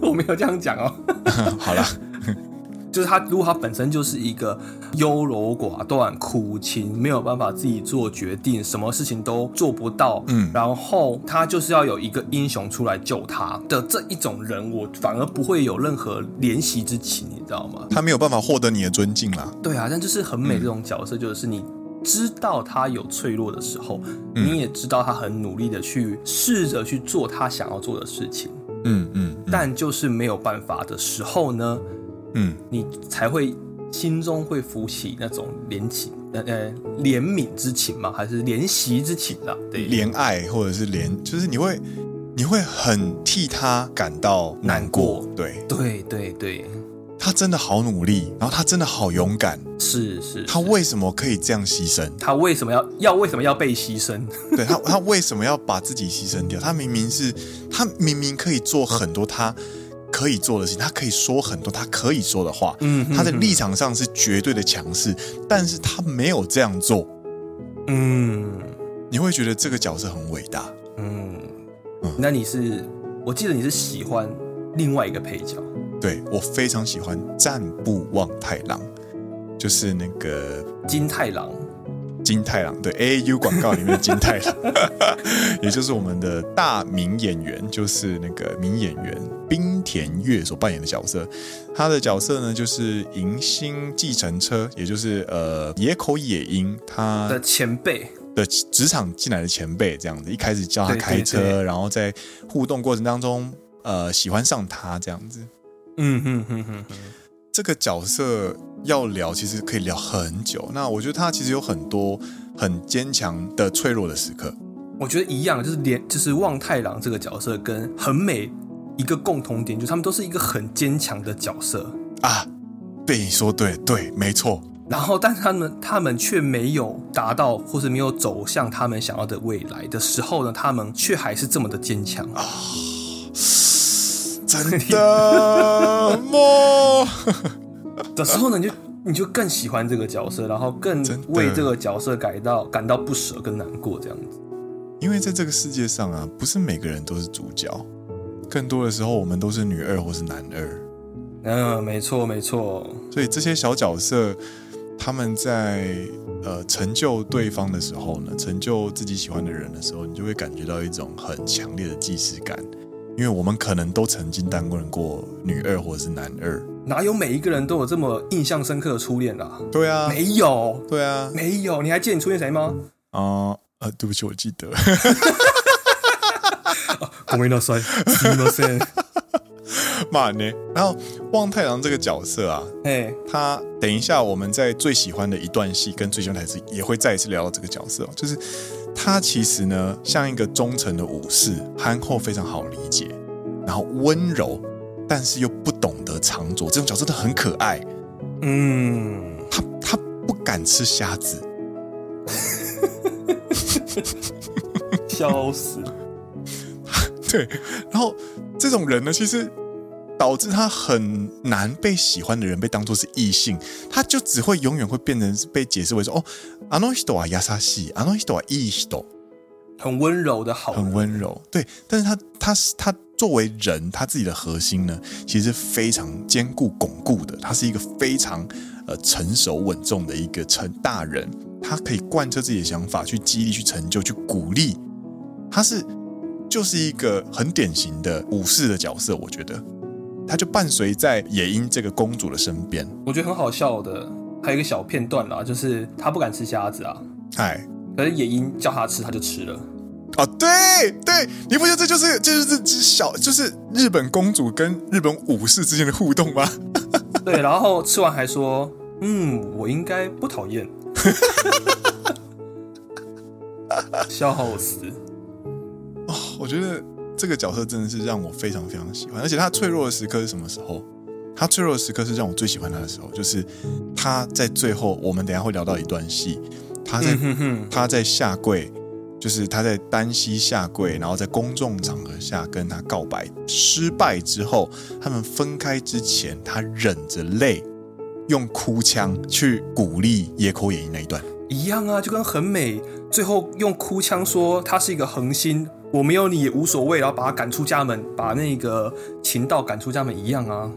Speaker 2: 我没有这样讲哦、
Speaker 1: 好了，
Speaker 2: 就是他，如果他本身就是一个优柔寡断、苦情，没有办法自己做决定，什么事情都做不到，
Speaker 1: 嗯
Speaker 2: 然后他就是要有一个英雄出来救他的这一种人，我反而不会有任何怜惜之情，你知道吗？
Speaker 1: 他没有办法获得你的尊敬啦。
Speaker 2: 对啊，但就是很美这种角色，就是你知道他有脆弱的时候，
Speaker 1: 嗯
Speaker 2: 你也知道他很努力的去试着去做他想要做的事情，
Speaker 1: 嗯嗯嗯
Speaker 2: 但就是没有办法的时候呢，
Speaker 1: 嗯，
Speaker 2: 你才会心中会浮起那种怜情，呃呃，怜悯之情吗？还是怜惜之情啊？对，
Speaker 1: 怜爱或者是怜，就是你会你会很替他感到难过。
Speaker 2: 难过
Speaker 1: 对
Speaker 2: 对对对，
Speaker 1: 他真的好努力，然后他真的好勇敢，
Speaker 2: 是是，
Speaker 1: 他
Speaker 2: 是？
Speaker 1: 为什么可以这样牺牲
Speaker 2: 他为什么要要为什么要被牺牲？
Speaker 1: 对他，他为什么要把自己牺牲掉？他明明是他明明可以做很多他可以做的事情，他可以说很多他可以说的话，
Speaker 2: 嗯哼
Speaker 1: 他的立场上是绝对的强势，但是他没有这样做，
Speaker 2: 嗯
Speaker 1: 你会觉得这个角色很伟大。
Speaker 2: 嗯
Speaker 1: 嗯，
Speaker 2: 那你是，我记得你是喜欢另外一个配角，
Speaker 1: 对我非常喜欢战不忘太郎，就是那个
Speaker 2: 金太郎。
Speaker 1: 金太郎，对 A A U 广告里面的金太郎， 也就是我们的大名演员，就是那个名演员冰田月所扮演的角色。他的角色呢，就是银星计程车，也就是呃野口野樱他
Speaker 2: 的前辈，
Speaker 1: 的职场进来的前辈这样子。一开始教他
Speaker 2: 对对
Speaker 1: 开车，
Speaker 2: 对
Speaker 1: 然后在互动过程当中，呃，喜欢上他这样子。
Speaker 2: 嗯哼哼哼哼，
Speaker 1: 这个角色要聊，其实可以聊很久。那我觉得他其实有很多很坚强的脆弱的时刻。
Speaker 2: 我觉得一样，就是连就是望太郎这个角色跟很美一个共同点，就是他们都是一个很坚强的角色，
Speaker 1: 啊，被你说对对，没错，
Speaker 2: 然后但是他们他们却没有达到或是没有走向他们想要的未来的时候呢，他们却还是这么的坚强。
Speaker 1: 真的么？
Speaker 2: 的时候呢，你就你就更喜欢这个角色，然后更
Speaker 1: 真的
Speaker 2: 为这个角色感到感到不舍跟难过这样子。
Speaker 1: 因为在这个世界上啊，不是每个人都是主角，更多的时候我们都是女二或是男二，
Speaker 2: 嗯，没错没错，
Speaker 1: 所以这些小角色他们在呃成就对方的时候呢，成就自己喜欢的人的时候，你就会感觉到一种很强烈的既视感，因为我们可能都曾经担任过女二或是男二，
Speaker 2: 哪有每一个人都有这么印象深刻的初恋啦？
Speaker 1: 对啊，
Speaker 2: 没有，
Speaker 1: 对啊，
Speaker 2: 没有，你还记得你初恋谁吗？
Speaker 1: 啊、呃，对不起，我记得。
Speaker 2: ごめんな さい、すみません。
Speaker 1: 骂呢。然后望太郎这个角色啊，
Speaker 2: 哎，
Speaker 1: 他等一下我们在最喜欢的一段戏跟最喜欢的台词也会再一次聊到这个角色、哦，就是他其实呢像一个忠诚的武士，憨厚非常好理解，然后温柔，但是又不懂得藏拙，这种角色真的很可爱。
Speaker 2: 嗯，
Speaker 1: 他他不敢吃虾子，
Speaker 2: 笑死。
Speaker 1: 对，然后这种人呢，其实导致他很难被喜欢的人被当做是异性，他就只会永远会变成是被解释为说哦，あの人は優しい，あの人はいい人，
Speaker 2: 很温柔的好人，
Speaker 1: 很温柔。对，但是他他他作为人，他自己的核心呢，其实非常坚固巩固的，他是一个非常呃成熟稳重的一个成大人，他可以贯彻自己的想法，去激励、去成就、去鼓励，他是就是一个很典型的武士的角色，我觉得。他就伴随在野樱这个公主的身边，
Speaker 2: 我觉得很好笑的。还有一个小片段啦，就是他不敢吃虾子啊，
Speaker 1: 哎，
Speaker 2: 可是野樱叫他吃，他就吃了。
Speaker 1: 啊，对对，你不觉得这就是这就是这小就是日本公主跟日本武士之间的互动吗？
Speaker 2: 对，然后吃完还说：“嗯，我应该不讨厌。” 笑死！
Speaker 1: 我觉得这个角色真的是让我非常非常喜欢，而且他脆弱的时刻是什么时候？他脆弱的时刻是让我最喜欢他的时候，就是他在最后，我们等一下会聊到一段戏，他在、
Speaker 2: 嗯哼哼，
Speaker 1: 他在下跪，就是他在单膝下跪，然后在公众场合下跟他告白失败之后，他们分开之前，他忍着泪，用哭腔去鼓励野口演绎那一段。
Speaker 2: 一样啊，就跟很美最后用哭腔说他是一个恒星，我没有你也无所谓，然后把他赶出家门，把那个秦道赶出家门一样啊。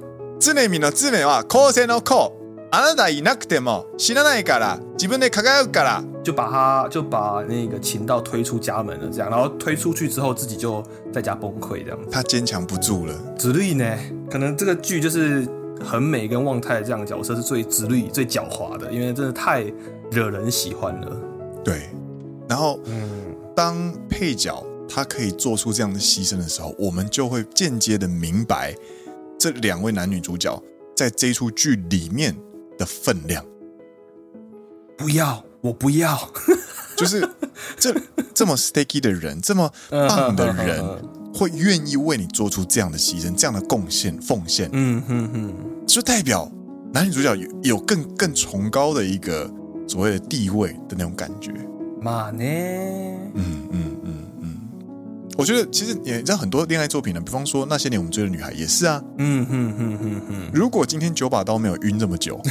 Speaker 1: 常見の常は後世の子。あなたいなくても死なないから、自分で輝くから。
Speaker 2: 就把他就把那个秦道推出家门了，这样，然后推出去之后自己就在家崩溃这样。
Speaker 1: 他坚强不住了，
Speaker 2: 直立呢，可能这个剧就是很美跟望太这样的角色是最直立、最狡猾的，因为真的太惹人喜欢了。
Speaker 1: 对。然后
Speaker 2: 嗯，
Speaker 1: 当配角他可以做出这样的牺牲的时候，我们就会间接的明白这两位男女主角在这一出剧里面的分量。
Speaker 2: 不要，我不要，
Speaker 1: 就是这 这么 sticky 的人，这么棒的
Speaker 2: 嗯
Speaker 1: 人，会愿意为你做出这样的牺牲、这样的贡献、奉献。
Speaker 2: 嗯哼哼，
Speaker 1: 就代表男女主角有有更更崇高的一个所谓的地位的那种感觉。
Speaker 2: 嘛呢？
Speaker 1: 嗯嗯嗯嗯，我觉得其实也知道很多恋爱作品呢，比方说那些年我们追的女孩也是啊。
Speaker 2: 嗯哼哼哼哼，
Speaker 1: 如果今天九把刀没有晕这么久，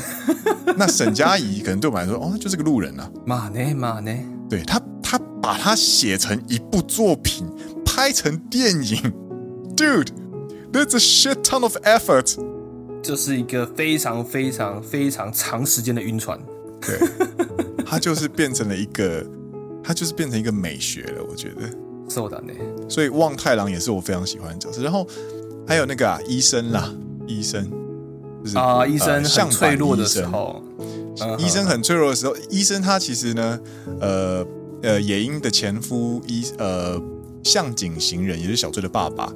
Speaker 1: 那沈佳宜可能对我们来说，哦，她就是个路人啊。
Speaker 2: 嘛呢嘛呢？
Speaker 1: 对她，她把它写成一部作品，拍成电影，dude，that's a shit ton of effort。
Speaker 2: 就是一个非常非常非常长时间的晕船。
Speaker 1: 对，它就是变成了一个，它就是变成一个美学了，我觉得。
Speaker 2: そうだね。
Speaker 1: 所以望太郎也是我非常喜欢的角色。然后还有那个、啊、医生啦，医生就是
Speaker 2: 啊，医
Speaker 1: 呃
Speaker 2: 生
Speaker 1: 像
Speaker 2: 很
Speaker 1: 版
Speaker 2: 脆弱的
Speaker 1: 医生
Speaker 2: 时候，嗯
Speaker 1: 医生很脆弱的时候，医生他其实呢，呃呃，野樱的前夫医呃向井行人，也就是小醉的爸爸。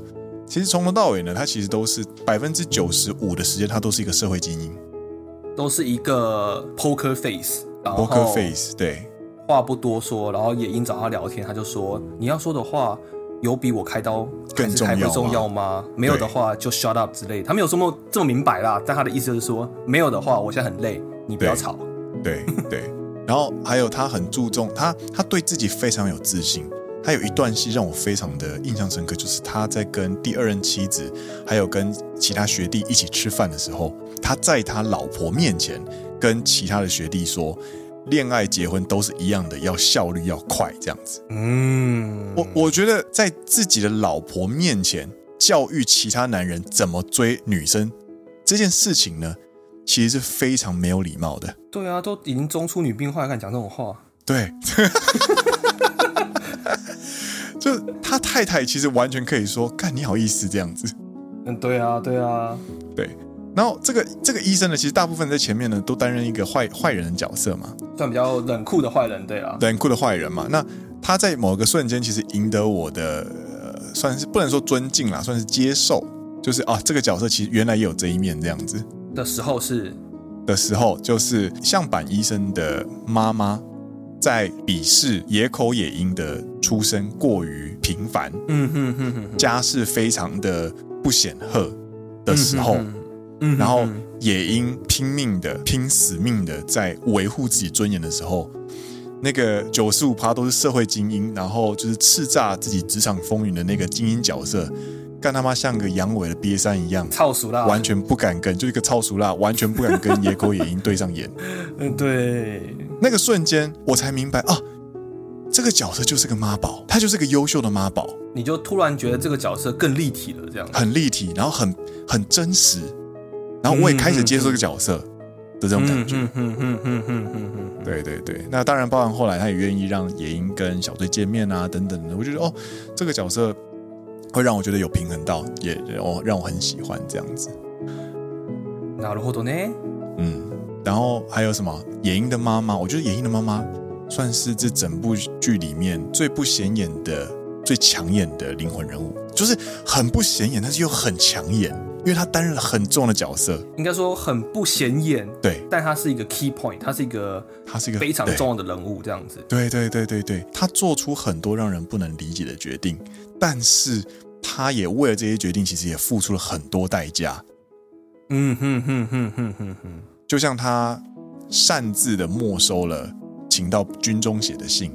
Speaker 1: 其实从头到尾呢，他其实都是百分之九十五的时间，他都是一个社会精英。
Speaker 2: 都是一个 poker face，然后
Speaker 1: Poker Face，对，
Speaker 2: 话不多说，然后也因找他聊天，他就说你要说的话有比我开刀
Speaker 1: 更
Speaker 2: 还是
Speaker 1: 重
Speaker 2: 开
Speaker 1: 要
Speaker 2: 会重
Speaker 1: 吗
Speaker 2: 要吗？没有的话就 shut up 之类的。他没有这么这么明白啦，但他的意思就是说没有的话，我现在很累，你不要
Speaker 1: 对
Speaker 2: 吵。
Speaker 1: 对对，然后还有他很注重他，他对自己非常有自信。他有一段戏让我非常的印象深刻，就是他在跟第二任妻子，还有跟其他学弟一起吃饭的时候，他在他老婆面前跟其他的学弟说，恋爱结婚都是一样的，要效率要快这样子。
Speaker 2: 嗯，
Speaker 1: 我我觉得在自己的老婆面前教育其他男人怎么追女生这件事情呢，其实是非常没有礼貌的。
Speaker 2: 对啊，都已经中出女病患，还敢讲这种话？
Speaker 1: 对， 就他太太其实完全可以说：“干，你好意思这样子。
Speaker 2: 嗯，对啊，对啊，”
Speaker 1: 对，然后这个这个医生呢，其实大部分在前面呢都担任一个坏坏人的角色嘛，
Speaker 2: 算比较冷酷的坏人，对啊，
Speaker 1: 冷酷的坏人嘛。那他在某个瞬间其实赢得我的、呃、算是不能说尊敬啦，算是接受，就是啊，这个角色其实原来也有这一面这样子
Speaker 2: 的时候是
Speaker 1: 的时候，就是相板医生的妈妈。在鄙视野口野樱的出身过于平凡，
Speaker 2: 嗯哼哼哼哼
Speaker 1: 家世非常的不显赫的时候，
Speaker 2: 嗯哼哼嗯哼哼
Speaker 1: 然后也因拼命的、拼死命的在维护自己尊严的时候，那个九十五趴都是社会精英，然后就是叱咤自己职场风云的那个精英角色，干他妈像个阳痿的瘪三一样，
Speaker 2: 操熟啦，
Speaker 1: 完全不敢跟，就一个超熟辣，完全不敢跟野狗野鹰对上 眼。
Speaker 2: 嗯对，
Speaker 1: 那个瞬间，我才明白啊，这个角色就是个妈宝，他就是个优秀的妈宝。
Speaker 2: 你就突然觉得这个角色更立体了，这样。
Speaker 1: 很立体，然后很很真实，然后我也开始接受这个角色的这种感觉。
Speaker 2: 嗯嗯嗯嗯嗯嗯嗯嗯，
Speaker 1: 对对对，那当然包含后来他也愿意让野樱跟小队见面啊等等的，我觉得哦，这个角色会让我觉得有平衡到，也哦让我很喜欢这样子。
Speaker 2: なるほどね。
Speaker 1: 嗯，然后还有什么野樱的妈妈，我觉得野樱的妈妈算是这整部剧里面最不显眼的、最抢眼的灵魂人物，就是很不显眼，但是又很抢眼，因为她担任了很重的角色。
Speaker 2: 应该说很不显眼，
Speaker 1: 对，
Speaker 2: 但它是一个 key point，它是一个
Speaker 1: 他是一个
Speaker 2: 非常
Speaker 1: 对
Speaker 2: 重要的人物，这样子。
Speaker 1: 对对对对对，他做出很多让人不能理解的决定，但是他也为了这些决定，其实也付出了很多代价。
Speaker 2: 嗯哼哼哼哼哼哼，
Speaker 1: 就像他擅自的没收了请到军中写的信，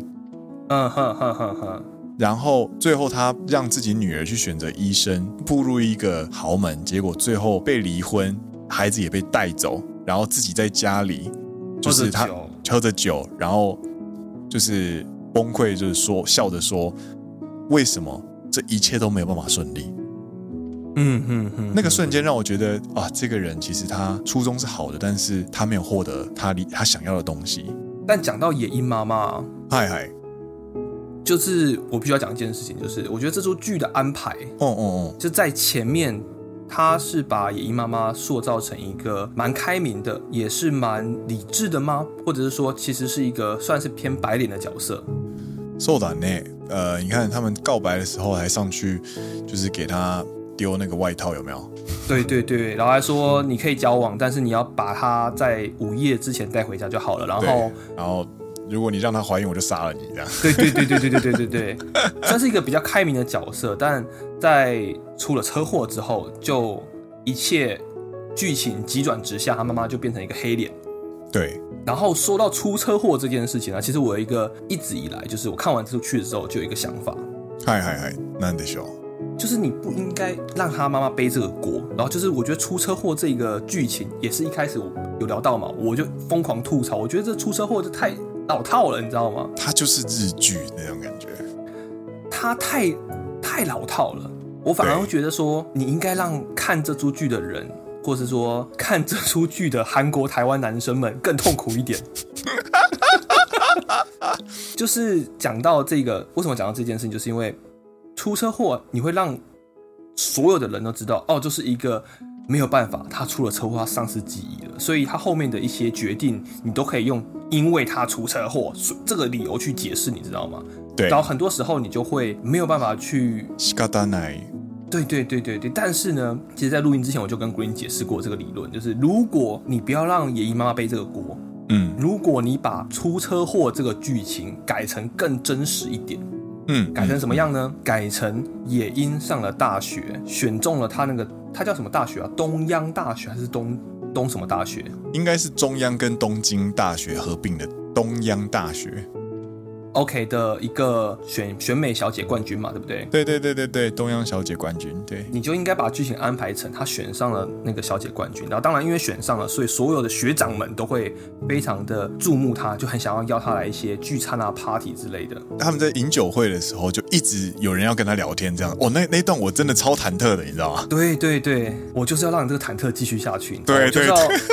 Speaker 2: 嗯哼哼哼哼，
Speaker 1: 然后最后他让自己女儿去选择医生，步入一个豪门，结果最后被离婚，孩子也被带走，然后自己在家里就
Speaker 2: 或者
Speaker 1: 是他
Speaker 2: 酒，
Speaker 1: 喝着酒，然后就是崩溃，就是说笑着说，为什么这一切都没有办法顺利？
Speaker 2: 嗯哼哼，
Speaker 1: 那个瞬间让我觉得啊，这个人其实他初衷是好的，但是他没有获得他理他想要的东西。
Speaker 2: 但讲到野樱妈妈，
Speaker 1: 嗨嗨，
Speaker 2: 就是我必须要讲一件事情，就是我觉得这出剧的安排
Speaker 1: 哦哦
Speaker 2: 就在前面，他是把野樱妈妈塑造成一个蛮开明的，也是蛮理智的吗？或者是说，其实是一个算是偏白脸的角色？
Speaker 1: 哦，受胆呢？呃，你看他们告白的时候还上去，就是给他丢那个外套，有没有？
Speaker 2: 对对对，然后还说你可以交往，但是你要把她在午夜之前带回家就好了。然
Speaker 1: 对
Speaker 2: 后，，
Speaker 1: 然后如果你让她怀孕，我就杀了你这样。
Speaker 2: 对对对对对对对对对，算是一个比较开明的角色，但在出了车祸之后，就一切剧情急转直下，她妈妈就变成一个黑脸。
Speaker 1: 对，
Speaker 2: 然后说到出车祸这件事情啊，其实我有一个一直以来就是我看完这出剧的时候就有一个想法，
Speaker 1: 嗨嗨嗨，なんでしょう。
Speaker 2: 就是你不应该让他妈妈背这个锅。然后就是我觉得出车祸这个剧情也是一开始我有聊到嘛，我就疯狂吐槽，我觉得这出车祸这太老套了，你知道吗？
Speaker 1: 他就是日剧那种感觉。
Speaker 2: 它太太老套了。我反而
Speaker 1: 对
Speaker 2: 会觉得说，你应该让看这出剧的人，或是说看这出剧的韩国、台湾男生们更痛苦一点。就是讲到这个，为什么讲到这件事情，就是因为出车祸，你会让所有的人都知道，哦，就是一个没有办法，他出了车祸，他丧失记忆了，所以他后面的一些决定，你都可以用因为他出车祸所这个理由去解释，你知道吗？
Speaker 1: 对
Speaker 2: 然，后很多时候你就会没有办法去
Speaker 1: 仕方ない。
Speaker 2: 对对对对对，但是呢，其实，在录音之前我就跟 Green 解释过这个理论，就是如果你不要让野姨妈妈背这个锅，
Speaker 1: 嗯
Speaker 2: 如果你把出车祸这个剧情改成更真实一点，
Speaker 1: 嗯，
Speaker 2: 改成什么样呢？改成野樱上了大学，选中了他那个他叫什么大学啊？东央大学还是东东什么大学？
Speaker 1: 应该是中央跟东京大学合并的东央大学。
Speaker 2: OK 的一个选选美小姐冠军嘛，对不对？
Speaker 1: 对对对对对，东央小姐冠军。对，
Speaker 2: 你就应该把剧情安排成她选上了那个小姐冠军，然后当然因为选上了，所以所有的学长们都会非常的注目她，就很想要邀她来一些聚餐啊、party 之类的。
Speaker 1: 他们在饮酒会的时候，就一直有人要跟他聊天，这样。哦，那那一段我真的超忐忑的，你知道吗？
Speaker 2: 对对对，我就是要让你这个忐忑继续下去，你知道吗
Speaker 1: 对
Speaker 2: 我就是
Speaker 1: 对
Speaker 2: 要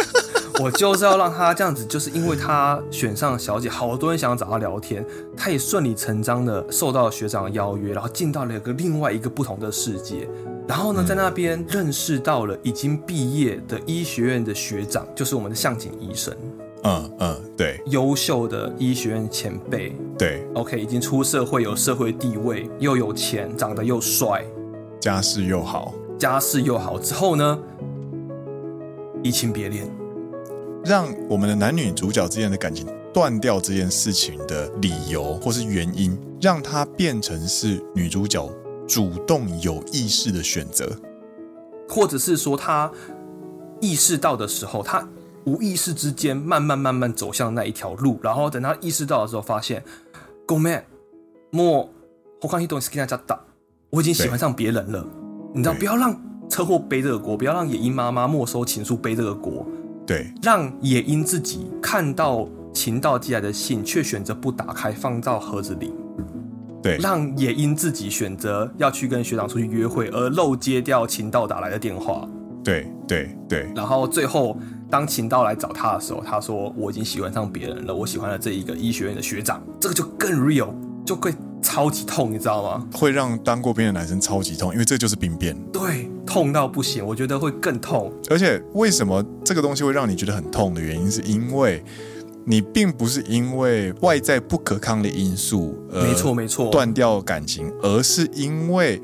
Speaker 2: 我就是要让她这样子，就是因为她选上了小姐，好多人想要找她聊天，她也顺理成章的受到了学长的邀约，然后进到了一个另外一个不同的世界。然后呢，
Speaker 1: 嗯
Speaker 2: 在那边认识到了已经毕业的医学院的学长，就是我们的向井医生，
Speaker 1: 嗯嗯，对
Speaker 2: 优秀的医学院前辈。
Speaker 1: 对，
Speaker 2: OK，已经出社会，有社会地位，又有钱，长得又帅，
Speaker 1: 家世又好，
Speaker 2: 家世又好。之后呢，移情别恋。
Speaker 1: 让我们的男女主角之间的感情断掉这件事情的理由或是原因，让它变成是女主角主动有意识的选择。
Speaker 2: 或者是说他意识到的时候，他无意识之间慢慢慢慢走向那一条路，然后等他意识到的时候，发现，Go man，莫我看你懂 skin 加打，我已经喜欢上别人了，你知道，
Speaker 1: 对
Speaker 2: 不要让车祸背这个锅，不要让野樱妈妈没收情书背这个锅，
Speaker 1: 对，
Speaker 2: 让野樱自己看到情到寄来的信，却选择不打开，放到盒子里。
Speaker 1: 对
Speaker 2: 让野樱自己选择要去跟学长出去约会，而漏接掉情到打来的电话。
Speaker 1: 对，对，对，
Speaker 2: 然后最后当秦道来找他的时候，他说我已经喜欢上别人了，我喜欢了这一个医学院的学长，这个就更 real，就会超级痛，你知道吗？
Speaker 1: 会让当过兵的男生超级痛，因为这就是兵变。
Speaker 2: 对，痛到不行，我觉得会更痛。
Speaker 1: 而且为什么这个东西会让你觉得很痛的原因，是因为你并不是因为外在不可抗的因素，呃，
Speaker 2: 没错，没错，
Speaker 1: 断掉感情，而是因为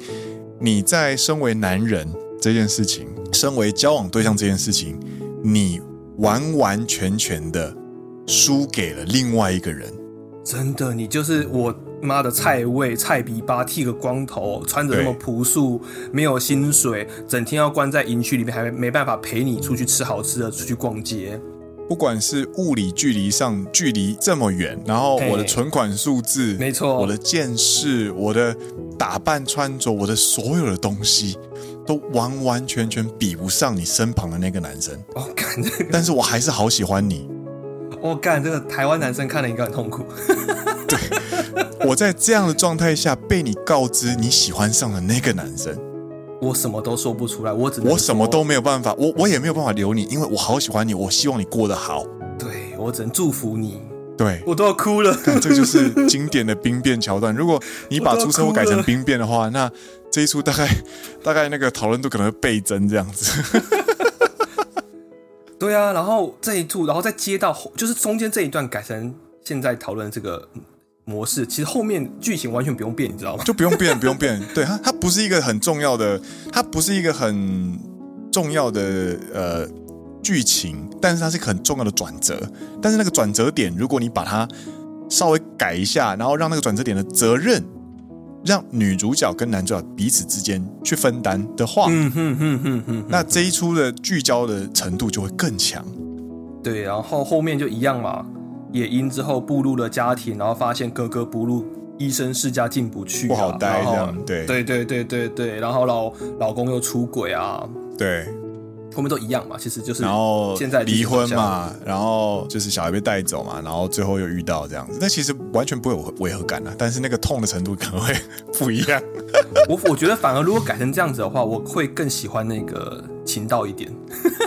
Speaker 1: 你在身为男人这件事情，身为交往对象这件事情，你完完全全的输给了另外一个人。
Speaker 2: 真的，你就是我妈的菜味，菜比巴，剃个光头，穿着那么
Speaker 1: 对
Speaker 2: 朴素，没有薪水，整天要关在营区里面，还没办法陪你出去吃好吃的，出去逛街。
Speaker 1: 不管是物理距离上距离这么远，然后
Speaker 2: 嘿
Speaker 1: 我的存款数字，
Speaker 2: 没错
Speaker 1: 我的见识，我的打扮穿着，我的所有的东西，都完完全全比不上你身旁的那个男生。
Speaker 2: 我、感觉，
Speaker 1: 但是我还是好喜欢你。
Speaker 2: 我、哦干这个台湾男生看了应该很痛苦。
Speaker 1: 我在这样的状态下被你告知你喜欢上了那个男生，
Speaker 2: 我什么都说不出来，我只能
Speaker 1: 我什么
Speaker 2: 说
Speaker 1: 都没有办法，我我也没有办法留你，因为我好喜欢你，我希望你过得好。
Speaker 2: 对我只能祝福你，
Speaker 1: 对，
Speaker 2: 我都要哭了。
Speaker 1: 但这就是经典的兵变桥段。如果你把出车祸改成兵变的话，那这一出大概大概那个讨论度可能会倍增这样子。
Speaker 2: 对啊，然后这一度，然后再接到后，就是中间这一段改成现在讨论这个嗯模式，其实后面剧情完全不用变，你知道吗？
Speaker 1: 就不用变，不用变。对它，它不是一个很重要的，它不是一个很重要的呃剧情，但是它是一个很重要的转折。但是那个转折点，如果你把它稍微改一下，然后让那个转折点的责任让女主角跟男主角彼此之间去分担的话，
Speaker 2: 嗯哼哼哼哼，
Speaker 1: 那这一出的聚焦的程度就会更强。
Speaker 2: 对，然后后面就一样嘛。也因之后步入了家庭，然后发现格格不入，医生世家进不去、啊，
Speaker 1: 不好待
Speaker 2: 然后
Speaker 1: 这样对
Speaker 2: 对对对对对，然后老老公又出轨啊，
Speaker 1: 对，
Speaker 2: 后面都一样嘛，其实就是
Speaker 1: 然后
Speaker 2: 现在
Speaker 1: 离婚
Speaker 2: 嘛。
Speaker 1: 嘛，然后就是小孩被带走嘛，然后最后又遇到这样子，那其实完全不会有违和感啊，但是那个痛的程度可能会不一 样。
Speaker 2: 我我觉得反而如果改成这样子的话，我会更喜欢那个情道一点，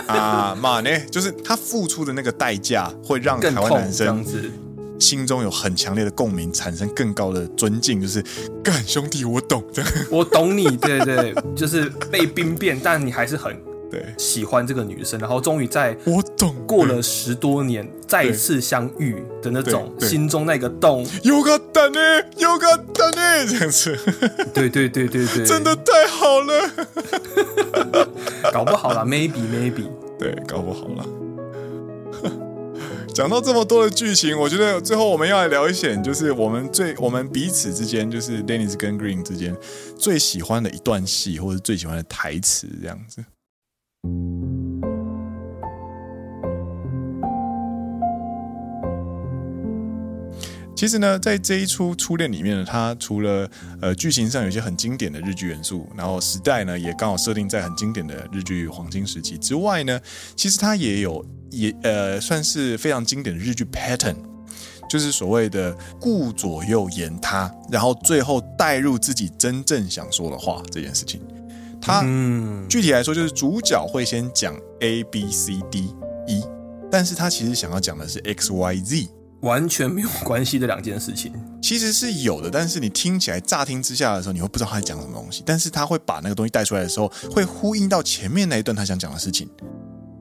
Speaker 1: 啊嘛呢，就是他付出的那个代价，会让
Speaker 2: 更
Speaker 1: 台湾
Speaker 2: 痛
Speaker 1: 男
Speaker 2: 这样
Speaker 1: 生
Speaker 2: 子。
Speaker 1: 心中有很强烈的共鸣，产生更高的尊敬，就是干兄弟，我懂这样。
Speaker 2: 我懂你，对对，就是被兵变，但你还是很
Speaker 1: 对，
Speaker 2: 喜欢这个女生，然后终于在
Speaker 1: 我懂。
Speaker 2: 过了十多年再次相遇的那种
Speaker 1: 对对
Speaker 2: 心中那个洞，
Speaker 1: 有个蛋呢，有个蛋呢，这样子
Speaker 2: 对对对对对，
Speaker 1: 真的太好了。
Speaker 2: 搞不好啦 m a y b e maybe，
Speaker 1: 对，搞不好了。 讲到这么多的剧情，我觉得最后我们要来聊一些，就是我们最我们彼此之间，就是 Dennis 跟 Green 之间最喜欢的一段戏，或者最喜欢的台词，这样子。其实呢，在这一出《初恋》里面呢，它除了呃剧情上有一些很经典的日剧元素，然后时代呢也刚好设定在很经典的日剧黄金时期之外呢，其实它也有也呃算是非常经典的日剧 pattern，就是所谓的顾左右言他，然后最后带入自己真正想说的话这件事情。它
Speaker 2: 嗯，
Speaker 1: 具体来说，就是主角会先讲 A B C D E，但是他其实想要讲的是 X Y Z。
Speaker 2: 完全没有关系的两件事情，
Speaker 1: 其实是有的，但是你听起来乍听之下的时候，你会不知道他在讲什么东西。但是他会把那个东西带出来的时候，会呼应到前面那一段他想讲的事情。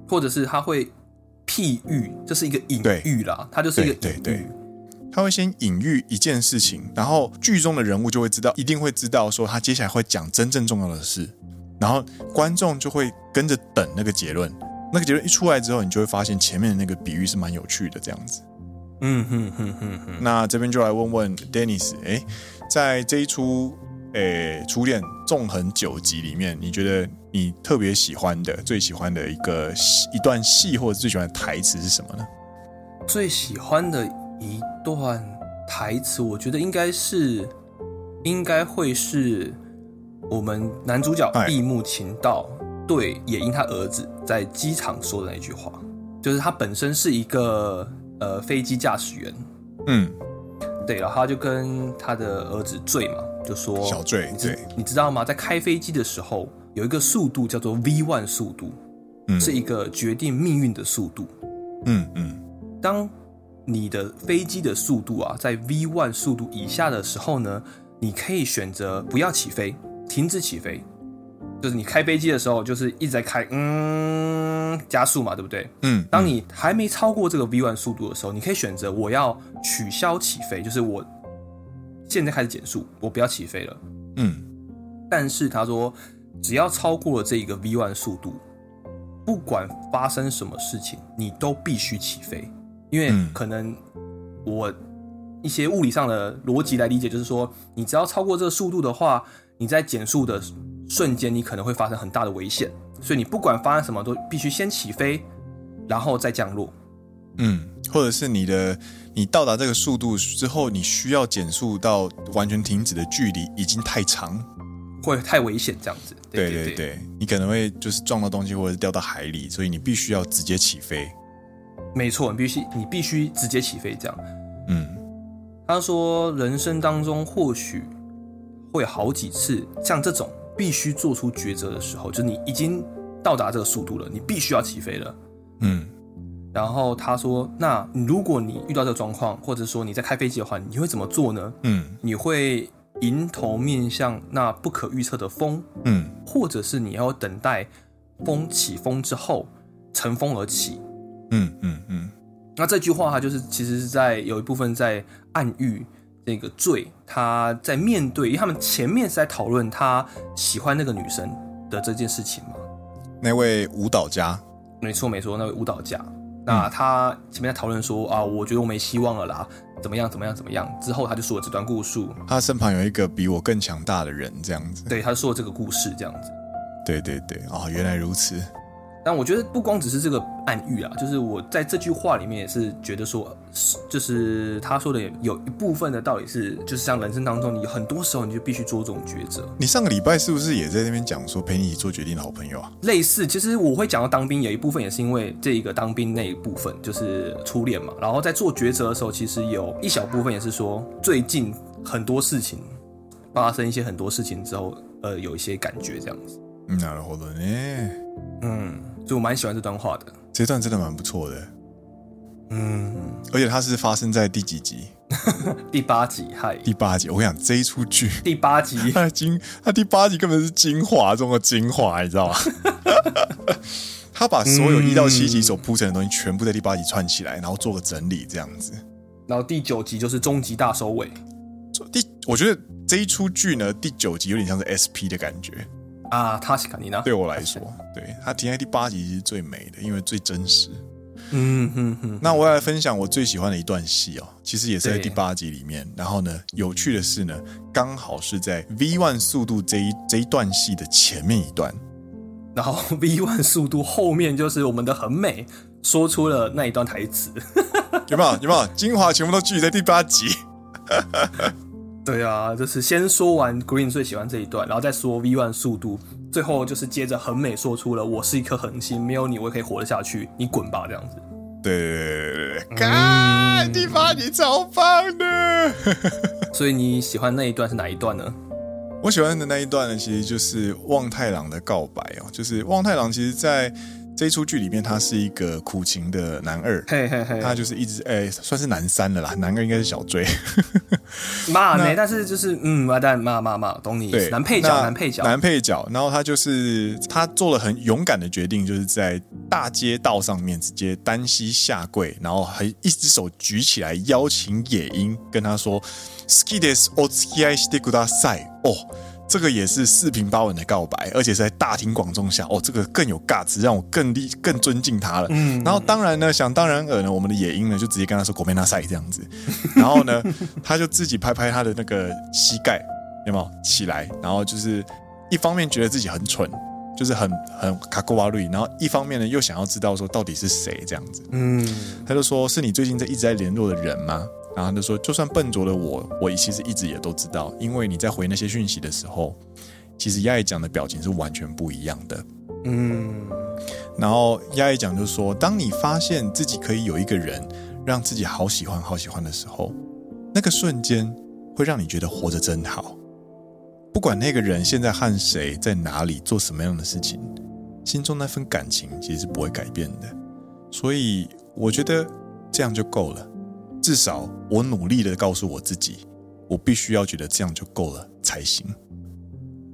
Speaker 2: 或者是他会譬喻，这是一个隐
Speaker 1: 对
Speaker 2: 喻啦，它就是一个
Speaker 1: 对
Speaker 2: 隐喻
Speaker 1: 对对他会先隐喻一件事情，然后剧中的人物就会知道，一定会知道说他接下来会讲真正重要的事，然后观众就会跟着等那个结论。那个结论一出来之后，你就会发现前面的那个比喻是蛮有趣的，这样子。
Speaker 2: 嗯哼哼哼哼，
Speaker 1: 那这边就来问问 Dennis，哎、在这一出诶、初恋纵横九集里面，你觉得你特别喜欢的、最喜欢的一个戏一段戏，或者最喜欢的台词是什么呢？
Speaker 2: 最喜欢的一段台词，我觉得应该是，应该会是我们男主角
Speaker 1: 哎
Speaker 2: 闭目情道对野樱他儿子在机场说的那句话，就是他本身是一个呃飞机驾驶员，
Speaker 1: 嗯，
Speaker 2: 对，然后他就跟他的儿子醉嘛，就说
Speaker 1: 小醉
Speaker 2: 你知
Speaker 1: 对，
Speaker 2: 你知道吗？在开飞机的时候，有一个速度叫做 V one 速度，
Speaker 1: 嗯
Speaker 2: 是一个决定命运的速度。
Speaker 1: 嗯嗯，
Speaker 2: 当你的飞机的速度啊在 V one 速度以下的时候呢，你可以选择不要起飞，停止起飞。就是你开飞机的时候，就是一直在开，嗯，加速嘛，对不对？
Speaker 1: 嗯，
Speaker 2: 当你还没超过这个 V one 速度的时候，你可以选择我要取消起飞，就是我现在开始减速，我不要起飞了。
Speaker 1: 嗯
Speaker 2: 但是他说，只要超过了这一个 V one 速度，不管发生什么事情，你都必须起飞，因为
Speaker 1: 嗯
Speaker 2: 可能我一些物理上的逻辑来理解，就是说，你只要超过这个速度的话，你在减速的瞬间，你可能会发生很大的危险，所以你不管发生什么，都必须先起飞，然后再降落。
Speaker 1: 嗯，或者是你的你到达这个速度之后，你需要减速到完全停止的距离已经太长，
Speaker 2: 会太危险，这样子。
Speaker 1: 对
Speaker 2: 对
Speaker 1: 对对，你可能会就是撞到东西或者是掉到海里，所以你必须要直接起飞。
Speaker 2: 没错，你必须你必须直接起飞这样。
Speaker 1: 嗯
Speaker 2: 他说，人生当中或许会有好几次像这种必须做出抉择的时候，就是你已经到达这个速度了，你必须要起飞了。
Speaker 1: 嗯
Speaker 2: 然后他说，那如果你遇到这个状况，或者说你在开飞机的话，你会怎么做呢？
Speaker 1: 嗯
Speaker 2: 你会迎头面向那不可预测的风，
Speaker 1: 嗯
Speaker 2: 或者是你要等待风起风之后乘风而起，
Speaker 1: 嗯嗯嗯
Speaker 2: 那这句话它就是其实是在有一部分在暗喻那个罪，他在面对，因为他们前面是在讨论他喜欢那个女生的这件事情嘛。
Speaker 1: 那位舞蹈家，
Speaker 2: 没错没错，那位舞蹈家，那他前面在讨论说啊，我觉得我没希望了啦，怎么样怎么样怎么样。之后他就说了这啊段故事，
Speaker 1: 他身旁有一个比我更强大的人，这样子。
Speaker 2: 对，他说了这个故事这样子。
Speaker 1: 对对对，哦，原来如此。
Speaker 2: 但我觉得不光只是这个暗喻啊，就是我在这句话里面也是觉得说，是就是他说的有一部分的道理是，就是像人生当中，你很多时候你就必须做这种抉择。
Speaker 1: 你上个礼拜是不是也在那边讲说陪你一起做决定的好朋友啊？
Speaker 2: 类似，其实我会讲到当兵，有一部分也是因为这一个当兵那一部分就是初恋嘛。然后在做抉择的时候，其实有一小部分也是说，最近很多事情发生一些很多事情之后，呃，有一些感觉这样子。
Speaker 1: 嗯，なるほどね。
Speaker 2: 嗯，所以我蛮喜欢这段话的。
Speaker 1: 这段真的蛮不错的，
Speaker 2: 嗯，
Speaker 1: 而且它是发生在第几集？
Speaker 2: 第八集，嗨，
Speaker 1: 第八集，我跟你讲，这一出剧，
Speaker 2: 第八集，
Speaker 1: 它的精，它第八集根本是精华中的精华，你知道吗？ 他把所有
Speaker 2: 嗯
Speaker 1: 一到七集所铺陈的东西，全部在第八集串起来，然后做个整理，这样子。
Speaker 2: 然后第九集就是终极大收尾
Speaker 1: 第，我觉得这一出剧呢，第九集有点像是 SP 的感觉，
Speaker 2: 啊，塔西卡尼娜，
Speaker 1: 对我来说，对它停在第八集是最美的，因为最真实。
Speaker 2: 嗯哼哼，
Speaker 1: 那我要来分享我最喜欢的一段戏哦，其实也是在
Speaker 2: 对
Speaker 1: 第八集里面。然后呢，有趣的是呢，刚好是在 V One 速度这一这一段戏的前面一段。
Speaker 2: 然后 V One 速度后面就是我们的很美说出了那一段台词，
Speaker 1: 有没有？有没有？精华全部都聚集在第八集。
Speaker 2: 对啊，就是先说完 Green 最喜欢这一段，然后再说 V One 速度，最后就是接着很美说出了我是一颗恒星，没有你我也可以活得下去，你滚吧这样子。
Speaker 1: 对对对对对，干、第八集超棒的。
Speaker 2: 所以你喜欢那一段是哪一段呢？
Speaker 1: 我喜欢的那一段呢，其实就是望太郎的告白哦。就是望太郎，其实在这一出剧里面，他是一个苦情的男二。
Speaker 2: 嘿嘿嘿，
Speaker 1: 他就是一直诶、算是男三了啦，男二应该是小追。
Speaker 2: 骂呢？但是就是嗯，妈蛋骂骂骂，懂你意
Speaker 1: 对
Speaker 2: 思。，男配角，
Speaker 1: 那
Speaker 2: 男配角，
Speaker 1: 男配角。然后他就是他做了很勇敢的决定，就是在大街道上面直接单膝下跪，然后还一只手举起来邀请野樱跟他说 “ski des o s k i s t e k u d a s a 哦。这个也是四平八稳的告白，而且是在大庭广众下，哦，这个更有尬值，让我更厉更尊敬他了。
Speaker 2: 嗯
Speaker 1: 然后当然呢，想当然尔呢，我们的野鹰呢就直接跟他说“国美纳赛”这样子，然后呢，他就自己拍拍他的那个膝盖，有没有起来？然后就是一方面觉得自己很蠢，就是很很卡库瓦瑞，然后一方面呢又想要知道说到底是谁这样子，
Speaker 2: 嗯，
Speaker 1: 他就说是你最近在一直在联络的人吗？然后他就说，就算笨拙的我，我其实一直也都知道，因为你在回那些讯息的时候，其实亚裔讲的表情是完全不一样的。
Speaker 2: 嗯，
Speaker 1: 然后亚裔讲就说，当你发现自己可以有一个人让自己好喜欢、好喜欢的时候，那个瞬间会让你觉得活着真好。不管那个人现在和谁、在哪里、做什么样的事情，心中那份感情其实是不会改变的。所以我觉得这样就够了。至少我努力的告诉我自己，我必须要觉得这样就够了才行。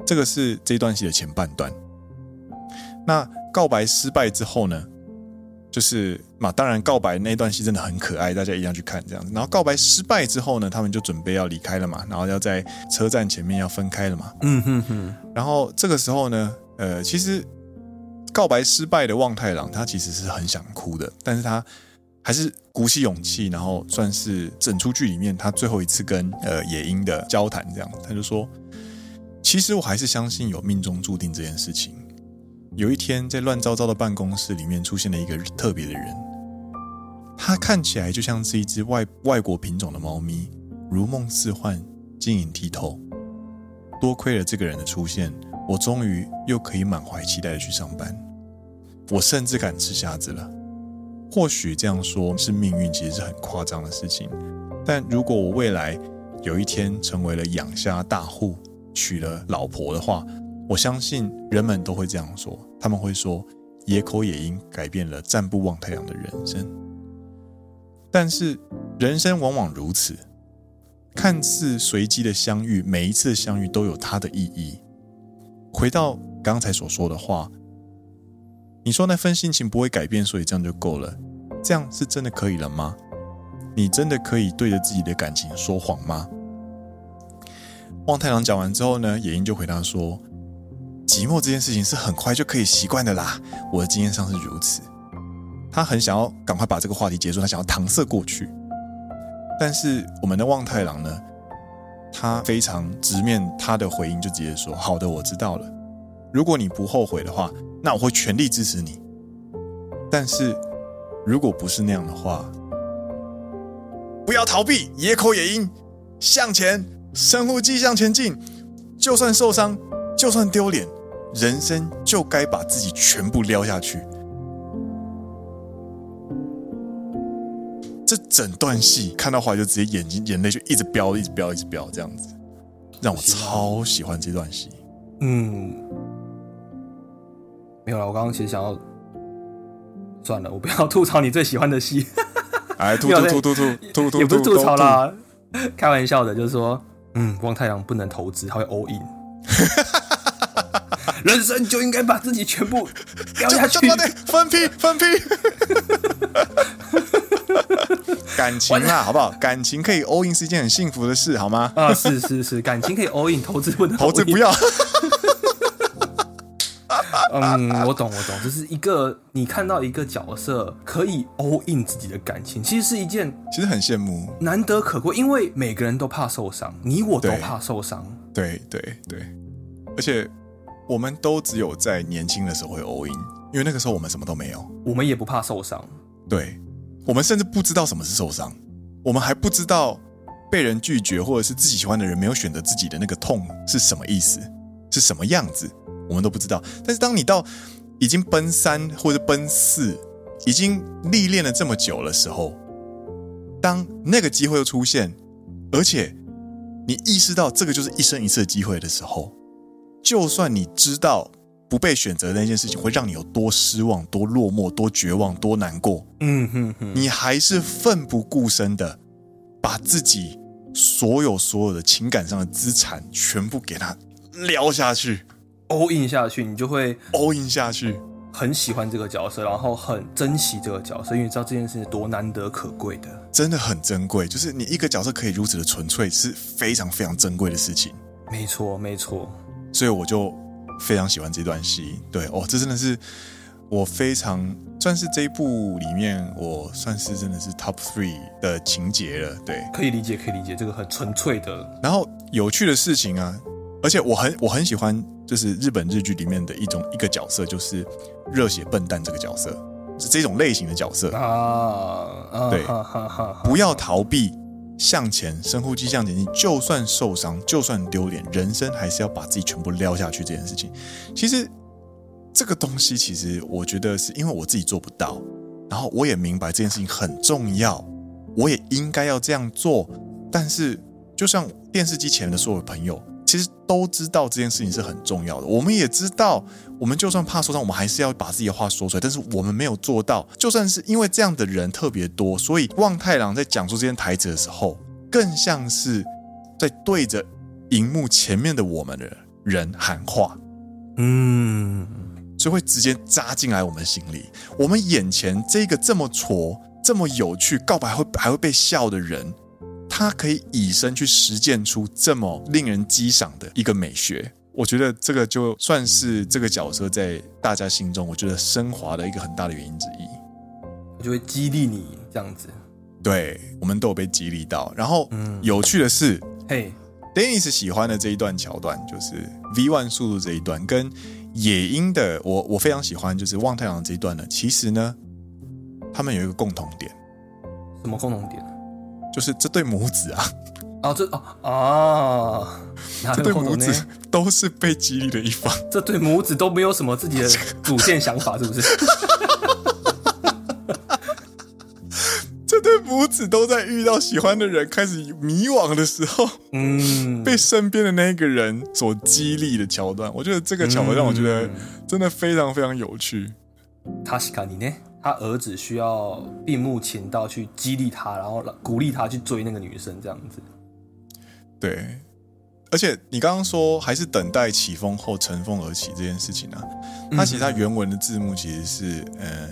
Speaker 1: 这个是这段戏的前半段。那告白失败之后呢？就是嘛，当然告白那段戏真的很可爱，大家一定要去看这样子。然后告白失败之后呢，他们就准备要离开了嘛，然后要在车站前面要分开了嘛。
Speaker 2: 嗯哼哼，
Speaker 1: 然后这个时候呢，呃，其实告白失败的望太郎他其实是很想哭的，但是他还是鼓起勇气，然后算是整出剧里面他最后一次跟呃野樱的交谈，这样他就说，其实我还是相信有命中注定这件事情。有一天，在乱糟糟的办公室里面出现了一个特别的人，他看起来就像是一只外外国品种的猫咪，如梦似幻，晶莹剔透。多亏了这个人的出现，我终于又可以满怀期待的去上班。我甚至敢吃虾子了。或许这样说是命运，其实是很夸张的事情。但如果我未来有一天成为了养虾大户，娶了老婆的话，我相信人们都会这样说。他们会说，野口野樱改变了站不望太阳的人生。但是人生往往如此，看似随机的相遇，每一次的相遇都有它的意义。回到刚才所说的话，你说那份心情不会改变，所以这样就够了，这样是真的可以了吗？你真的可以对着自己的感情说谎吗？望太郎讲完之后呢，野樱就回答说：“寂寞这件事情是很快就可以习惯的啦，我的经验上是如此。”他很想要赶快把这个话题结束，他想要搪塞过去，但是我们的望太郎呢，他非常直面他的回应，就直接说：“好的，我知道了。如果你不后悔的话，那我会全力支持你。但是如果不是那样的话，不要逃避，野口野樱，向前，深呼吸，向前进。就算受伤，就算丢脸，人生就该把自己全部撩下去。”这整段戏看到后来就直接眼睛眼泪就一直飙，一直飙，一直飙，这样子，让我超喜欢这段戏。
Speaker 2: 嗯，没有了。我刚刚其实想要，算了，我不要吐槽你最喜欢的戏，
Speaker 1: 哎，吐
Speaker 2: 没有
Speaker 1: 吐
Speaker 2: 在
Speaker 1: 吐吐吐吐
Speaker 2: 也
Speaker 1: 吐
Speaker 2: 不
Speaker 1: 吐
Speaker 2: 是吐槽啦，开玩笑的，就是说，嗯，光太阳不能投资，他会 all in。人生就应该把自己全部掉下
Speaker 1: 哎就
Speaker 2: 去，
Speaker 1: 妈的分批分批。 感情啦，好不好？感情可以 all in 是一件很幸福的事，好 吗？
Speaker 2: 啊，是是是，感情可以 all in，投资 不能
Speaker 1: 投资
Speaker 2: all in
Speaker 1: 不要，
Speaker 2: 嗯，我懂我懂，就是一个你看到一个角色可以 all in 自己的感情，其实是一件
Speaker 1: 其实很羡慕。
Speaker 2: 难得可贵，因为每个人都怕受伤，你我都
Speaker 1: 对
Speaker 2: 怕受伤。
Speaker 1: 对对对，而且我们都只有在年轻的时候会 all in，因为那个时候我们什么都没有。
Speaker 2: 我们也不怕受伤，
Speaker 1: 对，我们甚至不知道什么是受伤，我们还不知道被人拒绝或者是自己喜欢的人没有选择自己的那个痛是什么意思，是什么样子，我们都不知道。但是当你到已经奔三或者奔四，已经历练了这么久的时候，当那个机会又出现，而且你意识到这个就是一生一次的机会的时候，就算你知道。不被选择的那件事情会让你有多失望、多落寞、多绝望、多难过，
Speaker 2: 嗯哼哼，
Speaker 1: 你还是奋不顾身的把自己所有所有的情感上的资产全部给它撩下去
Speaker 2: all in 下去，你就会
Speaker 1: ，all in 下去。
Speaker 2: 很喜欢这个角色，然后很珍惜这个角色，因为你知道这件事是多难得可贵的。
Speaker 1: 真的很珍贵，就是你一个角色可以如此的纯粹，是非常非常珍贵的事情，
Speaker 2: 没错，没错，
Speaker 1: 所以我就非常喜欢这段戏。对哦，这真的是我非常算是这一部里面我算是真的是 top three 的情节了。对，
Speaker 2: 可以理解，可以理解，这个很纯粹的，
Speaker 1: 然后有趣的事情啊，而且我很我很喜欢，就是日本日剧里面的一种一个角色，就是热血笨蛋这个角色，是这种类型的角色。
Speaker 2: 啊啊，
Speaker 1: 对
Speaker 2: 哈哈哈哈，
Speaker 1: 不要逃避，向前，深呼吸，向前进。就算受伤，就算丢脸，人生还是要把自己全部撩下去。这件事情，其实这个东西，其实我觉得是因为我自己做不到，然后我也明白这件事情很重要，我也应该要这样做。但是，就像电视机前的所有朋友，其实都知道这件事情是很重要的。我们也知道，我们就算怕受伤，我们还是要把自己的话说出来。但是我们没有做到，就算是因为这样的人特别多，所以望太郎在讲述这些台词的时候，更像是在对着荧幕前面的我们的人喊话。
Speaker 2: 嗯，
Speaker 1: 所以会直接扎进来我们心里。我们眼前这个这么挫、这么有趣、告白会还会被笑的人，他可以以身去实践出这么令人激赏的一个美学。我觉得这个就算是这个角色在大家心中，我觉得升华的一个很大的原因之一。
Speaker 2: 我就会激励你这样子。
Speaker 1: 对我们都有被激励到。然后、
Speaker 2: 嗯
Speaker 1: 有趣的是，
Speaker 2: 嘿，
Speaker 1: Dennis 喜欢的这一段桥段，就是 V One 速度这一段，跟野鹰的我我非常喜欢，就是望太郎这一段呢。其实呢，他们有一个共同点，
Speaker 2: 什么共同点？
Speaker 1: 就是这对母子啊，
Speaker 2: 哦，这哦哦，哪
Speaker 1: 这
Speaker 2: 有
Speaker 1: 对
Speaker 2: 共
Speaker 1: 母
Speaker 2: 同呢？
Speaker 1: 子都是被激励的一方。
Speaker 2: 这对母子都没有什么自己的主线想法，是 不是？
Speaker 1: 这对母子都在遇到喜欢的人开始迷惘的时候，
Speaker 2: 嗯，
Speaker 1: 被身边的那一个人所激励的桥段。我觉得这个桥段让我觉得
Speaker 2: 嗯
Speaker 1: 真的非常非常有趣。
Speaker 2: 塔西卡尼呢？他儿子需要闭目情道去激励他，然后鼓励他去追那个女生，这样子。
Speaker 1: 对，而且你刚刚说还是等待起风后乘风而起这件事情啊，
Speaker 2: 嗯
Speaker 1: 它其实它原文的字幕其实是呃，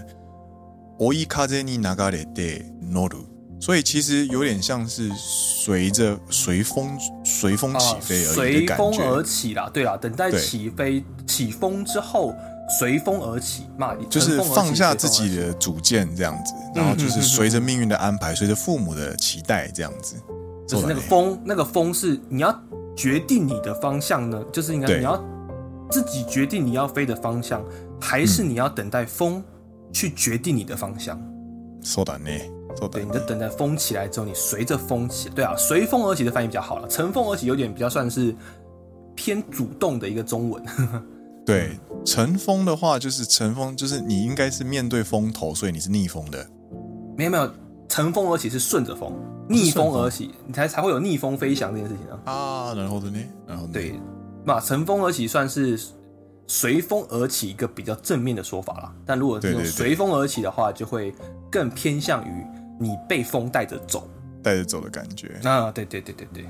Speaker 1: 追い風に流れて乗る，所以其实有点像是随着随风随风
Speaker 2: 啊
Speaker 1: 起飞而已
Speaker 2: 随
Speaker 1: 的感
Speaker 2: 风
Speaker 1: 觉，
Speaker 2: 而起啦，对啦，等待
Speaker 1: 对
Speaker 2: 起飞起风之后，随风而起嘛，
Speaker 1: 就是
Speaker 2: 乘风而起
Speaker 1: 放下
Speaker 2: 随风而
Speaker 1: 自
Speaker 2: 起
Speaker 1: 己的主见这样子，然后就是随着命运的安排，随着父母的期待这样子，
Speaker 2: 啊就是那个
Speaker 1: そうだね
Speaker 2: 风，那个风是你要决定你的方向呢，就是应该
Speaker 1: 对
Speaker 2: 你要自己决定你要飞的方向，还是
Speaker 1: 嗯
Speaker 2: 你要等待风去决定你的方向？
Speaker 1: そうだね，そうだ
Speaker 2: 对，你
Speaker 1: ね
Speaker 2: 就等待风起来之后，你随着风起，对啊，随风而起的翻译比较好了，乘风而起有点比较算是偏主动的一个中文。
Speaker 1: 对，乘风的话就是乘风，就是你应该是面对风头，所以你是逆风的。
Speaker 2: 没有没有，乘风而起是顺着风，逆风而起，你才才会有逆风飞翔这件事情啊。
Speaker 1: 啊，然后呢，然后
Speaker 2: 对，嘛，乘风而起算是随风而起一个比较正面的说法啦。但如果是
Speaker 1: 对
Speaker 2: 用
Speaker 1: 对对
Speaker 2: 随风而起的话，就会更偏向于你被风带着走，
Speaker 1: 带着走的感觉。
Speaker 2: 啊，对对对对对，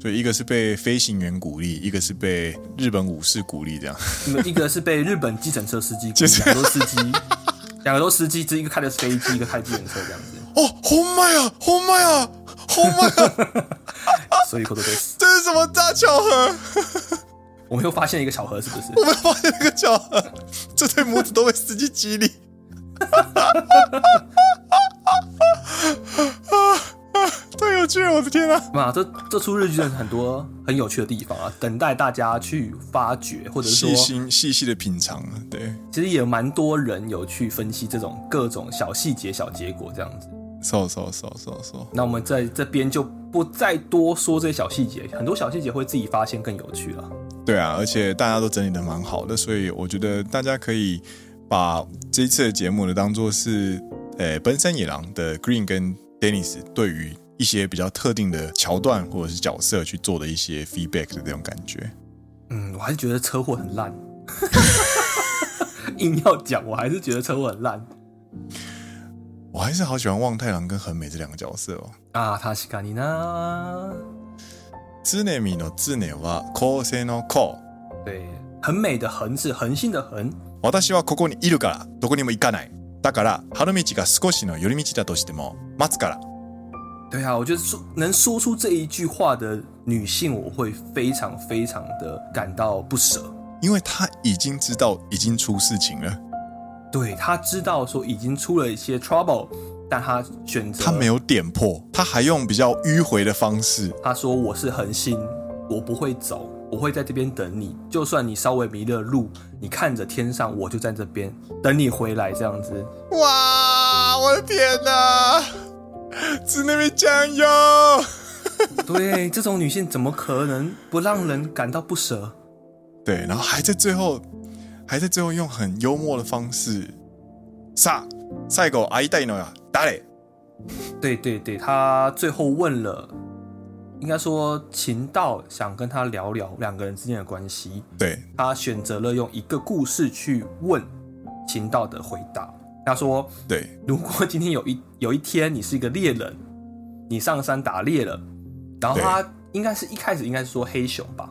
Speaker 1: 所以一个是被飞行员鼓励，一个是被日本武士鼓励，这样
Speaker 2: 一个是被日本计程车司机鼓
Speaker 1: 就
Speaker 2: 励，
Speaker 1: 是
Speaker 2: 两个都司机，两个都司机，这一个开的是飞机，一个开计程车这样子，
Speaker 1: 哦，红麦啊，红麦啊，红麦啊，
Speaker 2: 所以口头对死。
Speaker 1: 这是什么大巧合？
Speaker 2: 我们又发现一个巧合，是不是？
Speaker 1: 我们发现一个巧合，这对母子都被司机激励。 啊啊！太有趣了，我的天啊！
Speaker 2: 嘛，这这出日剧真的很多很有趣的地方啊，等待大家去发掘，或者是
Speaker 1: 细
Speaker 2: 说，
Speaker 1: 心细细的品尝，对，
Speaker 2: 其实也蛮多人有去分析这种各种小细节、小结果这样子。
Speaker 1: 搜搜搜搜搜，
Speaker 2: 那我们在这边就不再多说这些小细节，很多小细节会自己发现更有趣了。
Speaker 1: 对啊，而且大家都整理的蛮好的，所以我觉得大家可以把这一次的节目呢当做是，呃，奔山野狼的 Green 跟 Dennis 对于一些比较特定的桥段或者是角色去做的一些 feedback 的那种感觉。
Speaker 2: 嗯，我还是觉得车祸很烂， 硬要讲，我还是觉得车祸很烂
Speaker 1: 我还是好喜欢望太郎跟横美这两个角色哦。
Speaker 2: 啊。塔西卡尼娜，
Speaker 1: 常にの常は構成の構。
Speaker 2: 对，很美的横是恒星的恒，
Speaker 1: 私はここにいるからどこにも行かない。だから春道が少しの寄り道だとしても待つから。
Speaker 2: 对啊，我觉得说能说出这一句话的女性，我会非常非常的感到不舍。
Speaker 1: 因为他已经知道已经出事情了，
Speaker 2: 对她知道说已经出了一些 trouble，但她选择
Speaker 1: 他没有点破，他还用比较迂回的方式。
Speaker 2: 他说：“我是恒星，我不会走，我会在这边等你。就算你稍微迷了路，你看着天上，我就在这边等你回来。”这样子，
Speaker 1: 哇，我的天哪！是那边酱油，
Speaker 2: 对这种女性怎么可能不让人感到不舍？
Speaker 1: 对，然后还在最后，还在最后用很幽默的方式，さあ、最後会いたいのよ誰？
Speaker 2: 对对对，他最后问了，应该说秦道想跟他聊聊两个人之间的关系，
Speaker 1: 对，
Speaker 2: 他选择了用一个故事去问秦道的回答。他说：“
Speaker 1: 对，
Speaker 2: 如果今天有一有一天你是一个猎人，你上山打猎了，然后他应该是一开始应该是说黑熊吧，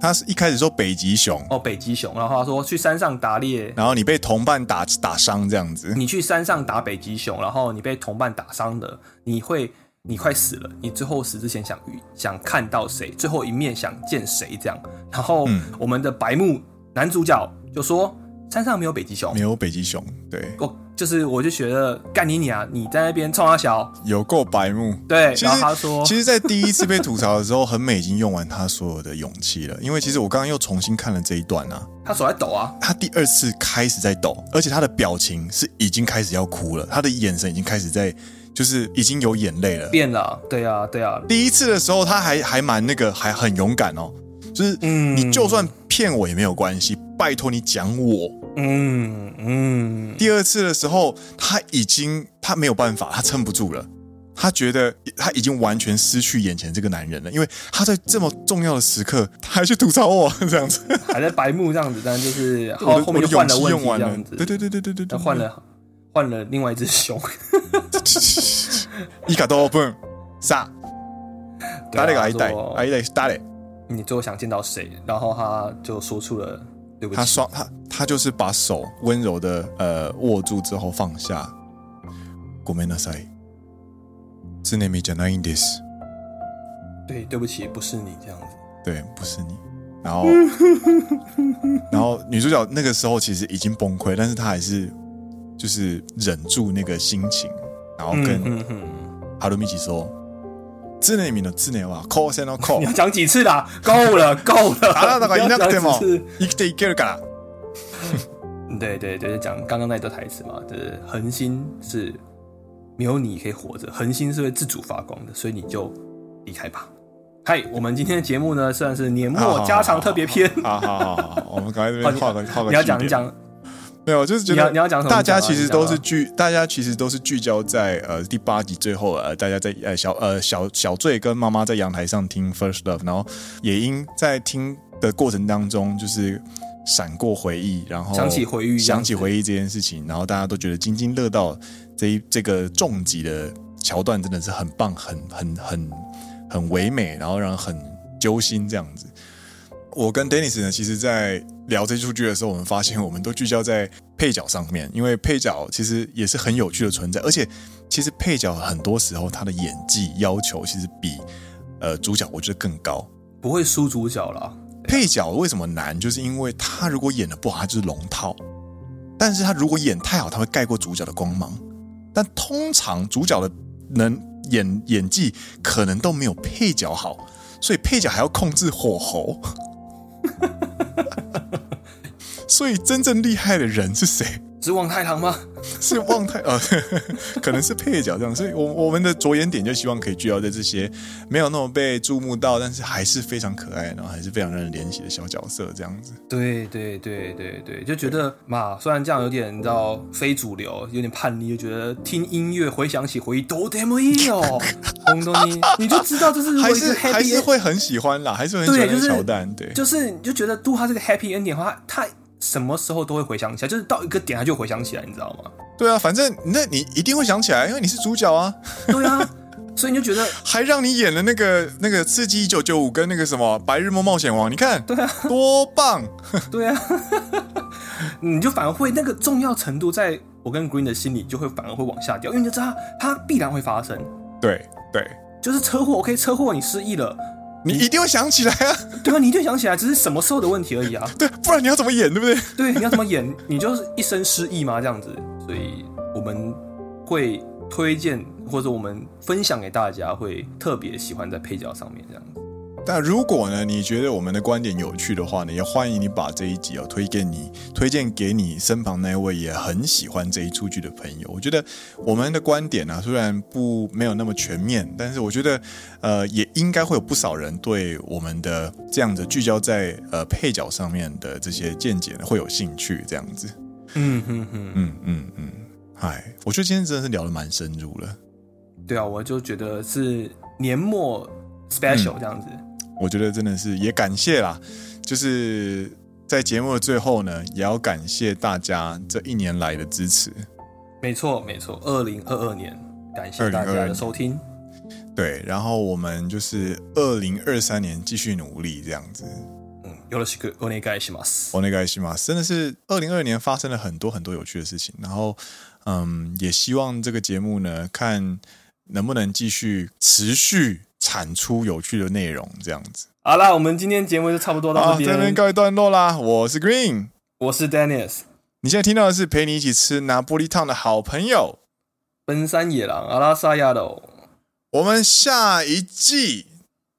Speaker 1: 他是一开始说北极熊，
Speaker 2: 哦北极熊，然后他说去山上打猎，
Speaker 1: 然后你被同伴打打伤这样子，
Speaker 2: 你去山上打北极熊，然后你被同伴打伤了，你会你快死了，你最后死之前想遇想看到谁，最后一面想见谁这样，然后
Speaker 1: 嗯
Speaker 2: 我们的白木男主角就说山上没有北极熊
Speaker 1: 没，有北极熊，对，
Speaker 2: 我就是我就觉得干你娘，你在那边冲他小，
Speaker 1: 有够白目。
Speaker 2: 对，
Speaker 1: 其实
Speaker 2: 然后他说
Speaker 1: 其实，在第一次被吐槽的时候，恒美已经用完她所有的勇气了，因为其实我刚刚又重新看了这一段啊，
Speaker 2: 他手在抖啊。
Speaker 1: 她第二次开始在抖，而且她的表情是已经开始要哭了，她的眼神已经开始在，就是已经有眼泪了。
Speaker 2: 变了，对啊，对啊，
Speaker 1: 第一次的时候，她还还蛮那个，还很勇敢哦，就是
Speaker 2: 嗯
Speaker 1: 你就算骗我也没有关系，拜托你讲我。
Speaker 2: 嗯嗯，
Speaker 1: 第二次的时候，她已经她没有办法，她撑不住了。她觉得她已经完全失去眼前这个男人了，因为她在这么重要的时刻，她还去吐槽我 这样子，
Speaker 2: 还在白目这样子，但 就是
Speaker 1: 我
Speaker 2: 后
Speaker 1: 的
Speaker 2: 后
Speaker 1: 我
Speaker 2: 面
Speaker 1: 的
Speaker 2: 就
Speaker 1: 勇
Speaker 2: 换了
Speaker 1: 气
Speaker 2: 问
Speaker 1: 用
Speaker 2: 题
Speaker 1: 完
Speaker 2: 这
Speaker 1: 了
Speaker 2: 样，子，
Speaker 1: 对对对对对对
Speaker 2: 那
Speaker 1: 对，
Speaker 2: 换了换了另外一只熊，
Speaker 1: 伊卡多本啥？打了个挨
Speaker 2: 对啊
Speaker 1: 带
Speaker 2: 他说，
Speaker 1: 挨带打嘞。
Speaker 2: 你最后想见到谁？然后他就说出了对不
Speaker 1: 他
Speaker 2: 起，
Speaker 1: 双他他就是把手温柔的呃握住之后放下。ごめんなさい。つねみじゃないんです。
Speaker 2: 对，对不起，不是你这样子，
Speaker 1: 对，不是你。然 后，然后女主角那个时候其实已经崩溃，但是她还是就是忍住那个心情，然后跟
Speaker 2: 嗯嗯，
Speaker 1: 哈鲁米奇说：“自内米的自内哇，call 先到 call，
Speaker 2: 你要讲几次啦？够了，够了，
Speaker 1: あなたがい
Speaker 2: 你
Speaker 1: な
Speaker 2: 要
Speaker 1: くて
Speaker 2: 讲
Speaker 1: も
Speaker 2: 几次？
Speaker 1: 生きていけるから。
Speaker 2: 对对对，就讲刚刚那一段台词嘛，就是恒星是没有你可以活着，恒星是会自主发光的，所以你就离开吧。嗨，我们今天的节目呢，算是年
Speaker 1: 好
Speaker 2: 末加长特别篇。
Speaker 1: 好好好好好，我们赶快这边画个画个。
Speaker 2: 哦你要讲一，讲，
Speaker 1: 没有，我就是觉
Speaker 2: 你要
Speaker 1: 得
Speaker 2: 你要讲什么？
Speaker 1: 大
Speaker 2: 你讲
Speaker 1: 家
Speaker 2: 啊
Speaker 1: 其实
Speaker 2: 你讲
Speaker 1: 都
Speaker 2: 啊
Speaker 1: 是聚，大家其实都是聚焦在呃第八集最后呃，大家在呃小呃小小醉跟妈妈在阳台上听 First Love，然后也因在听的过程当中就是闪过回忆，然后
Speaker 2: 想起回忆这样子
Speaker 1: 想起回忆这件事情，然后大家都觉得津津乐道这一这个重疾的桥段真的是很棒，很很很很唯美，然后让人很揪心这样子。我跟 Dennis 呢，其实，在聊这出剧的时候，我们发现我们都聚焦在配角上面，因为配角其实也是很有趣的存在，而且其实配角很多时候他的演技要求其实比呃主角我觉得更高。
Speaker 2: 不会输主角啦。
Speaker 1: 配角为什么难，就是因为他如果演的不好，他就是龙套；但是他如果演太好，他会盖过主角的光芒。但通常主角的能演演技可能都没有配角好，所以配角还要控制火候。 所以真正厉害的人是谁？
Speaker 2: 是望太郎吗？
Speaker 1: 是望太 呃，可能是配角这样，所以我我们的着眼点就希望可以聚焦在这些没有那么被注目到，但是还是非常可爱，然后还是非常让人怜惜的小角色这样子。
Speaker 2: 对对对对对，就觉得嘛，虽然这样有点你知道非主流，有点叛逆，就觉得听音乐回想起回忆都 demo 哦，红东尼，你就知道这是如果
Speaker 1: 还
Speaker 2: 一
Speaker 1: 是
Speaker 2: 个
Speaker 1: 还
Speaker 2: happy
Speaker 1: 是
Speaker 2: end-
Speaker 1: 会很喜欢啦，还是会很喜
Speaker 2: 对，
Speaker 1: 欢
Speaker 2: 就
Speaker 1: 那个
Speaker 2: 是
Speaker 1: 乔丹，对，
Speaker 2: 就是你就觉得，如果他是个 happy ending 的话，他什么时候都会回想起来，就是到一个点他就回想起来，你知道吗？
Speaker 1: 对啊，反正那你一定会想起来，因为你是主角啊，
Speaker 2: 对啊，所以你就觉得
Speaker 1: 还让你演了那个那个《刺激一九九五》跟那个什么《白日梦冒险王》，你看，对啊，多棒！
Speaker 2: 对啊， 你就反而会那个重要程度，在我跟 Green 的心里就会反而会往下掉，因为你就知道它它必然会发生，
Speaker 1: 对对，
Speaker 2: 就是车祸，OK，车祸你失忆了，
Speaker 1: 你一定会想起来啊，
Speaker 2: 对啊，你就想起来只是什么时候的问题而已 啊，
Speaker 1: 对，不然你要怎么演，对不对？
Speaker 2: 对，你要怎么演，你就是一生失忆嘛，这样子，所以我们会推荐或者我们分享给大家，会特别喜欢在配角上面这样子。
Speaker 1: 但如果呢，你觉得我们的观点有趣的话呢，也欢迎你把这一集哦推给你，推荐给你身旁那位也很喜欢这一出剧的朋友。我觉得我们的观点呢、虽然不没有那么全面，但是我觉得呃，也应该会有不少人对我们的这样的聚焦在呃配角上面的这些见解呢会有兴趣。这样子，
Speaker 2: 嗯哼哼，
Speaker 1: 嗯嗯嗯，嗨、我觉得今天真的是聊得蛮深入了。
Speaker 2: 对啊，我就觉得是年末 special 这样子。
Speaker 1: 我觉得真的是也感谢啦，就是在节目的最后呢，也要感谢大家这一年来的支持。
Speaker 2: 没错，没错，二零二二年，感谢大家
Speaker 1: 2022
Speaker 2: 的收听。
Speaker 1: 对，然后我们就是二零二三年继续努力这样子。
Speaker 2: 嗯，よろしくお願いします。
Speaker 1: 我那个西马真的是二零二年发生了很多很多有趣的事情，然后嗯，也希望这个节目呢，看能不能继续持续产出有趣的内容这样子。
Speaker 2: 好啦，我们今天节目就差不多到
Speaker 1: 好，
Speaker 2: 啊这
Speaker 1: 这边
Speaker 2: 边。
Speaker 1: 告一段落啦，我是 Green。
Speaker 2: 我是 Dennis，
Speaker 1: 你现在听到的是陪你一起吃拿玻璃烫的好朋友，
Speaker 2: 奔山野狼阿拉萨亚的，
Speaker 1: 我们下一季，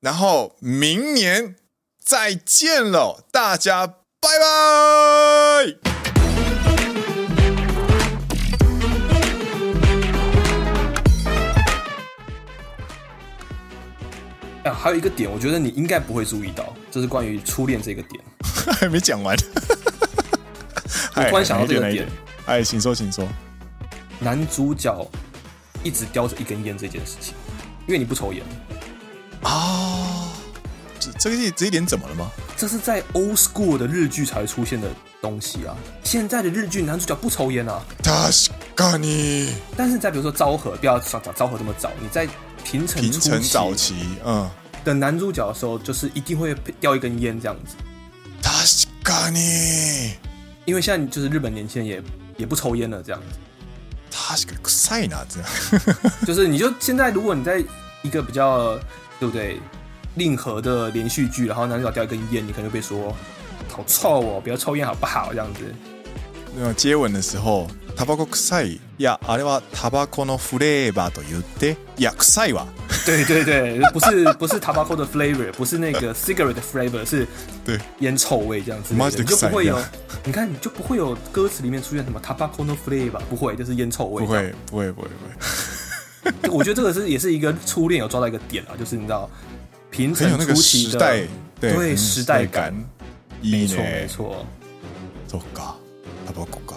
Speaker 1: 然后明年再见喽，大家拜拜。
Speaker 2: 啊，还有一个点，我觉得你应该不会注意到，就是关于初恋这个点。
Speaker 1: 还没讲完，
Speaker 2: 我突然想到这个
Speaker 1: 哎
Speaker 2: 点，。
Speaker 1: 哎，请说，请说。
Speaker 2: 男主角一直叼着一根烟这件事情，因为你不抽烟，
Speaker 1: 啊，这这个这一点怎么了吗？
Speaker 2: 这是在 old school 的日剧才会出现的东西啊。现在的日剧男主角不抽烟啊，
Speaker 1: 確かに，
Speaker 2: 但是在比如说昭和，不要讲昭和这么早，你在平成
Speaker 1: 平
Speaker 2: 初
Speaker 1: 成
Speaker 2: 期
Speaker 1: 早期，嗯，
Speaker 2: 的男主角的时候，就是一定会叼一根烟这样子，
Speaker 1: 確かに，
Speaker 2: 因为现在就是日本年轻人也也不抽烟了，这样子，
Speaker 1: 確かに臭いな这样。
Speaker 2: 就是你就现在如果你在一个比较对不对令和的连续剧，然后男主角叼一根烟，你可能会被说好臭哦，不要抽烟好不好这样子。
Speaker 1: 那种接吻的时候，タバコ臭い。いや、あれはタバコのフレーバーと言って、いや、臭いわ。
Speaker 2: 对对对， 不是不是 tobacco 的 flavor，不是那个 cigarette 的 flavor，是
Speaker 1: 对，
Speaker 2: 烟臭味这样子，
Speaker 1: 妈
Speaker 2: 你
Speaker 1: 的
Speaker 2: 就不会有
Speaker 1: 塞呀，
Speaker 2: 你看你就不会有歌词里面出现什么 tobacco no flavor，不会，就是烟臭味。
Speaker 1: 不，会，不会，不会，不会，
Speaker 2: 我觉得这个是也是一个初恋有抓到一个点啊，就是你知道平
Speaker 1: 很有那
Speaker 2: 成初
Speaker 1: 个
Speaker 2: 期
Speaker 1: 时
Speaker 2: 的
Speaker 1: 代，
Speaker 2: 对
Speaker 1: 嗯
Speaker 2: 时代
Speaker 1: 感
Speaker 2: 感，
Speaker 1: い
Speaker 2: 没
Speaker 1: い
Speaker 2: 错没
Speaker 1: ね。
Speaker 2: 错。
Speaker 1: そっか、タバコか。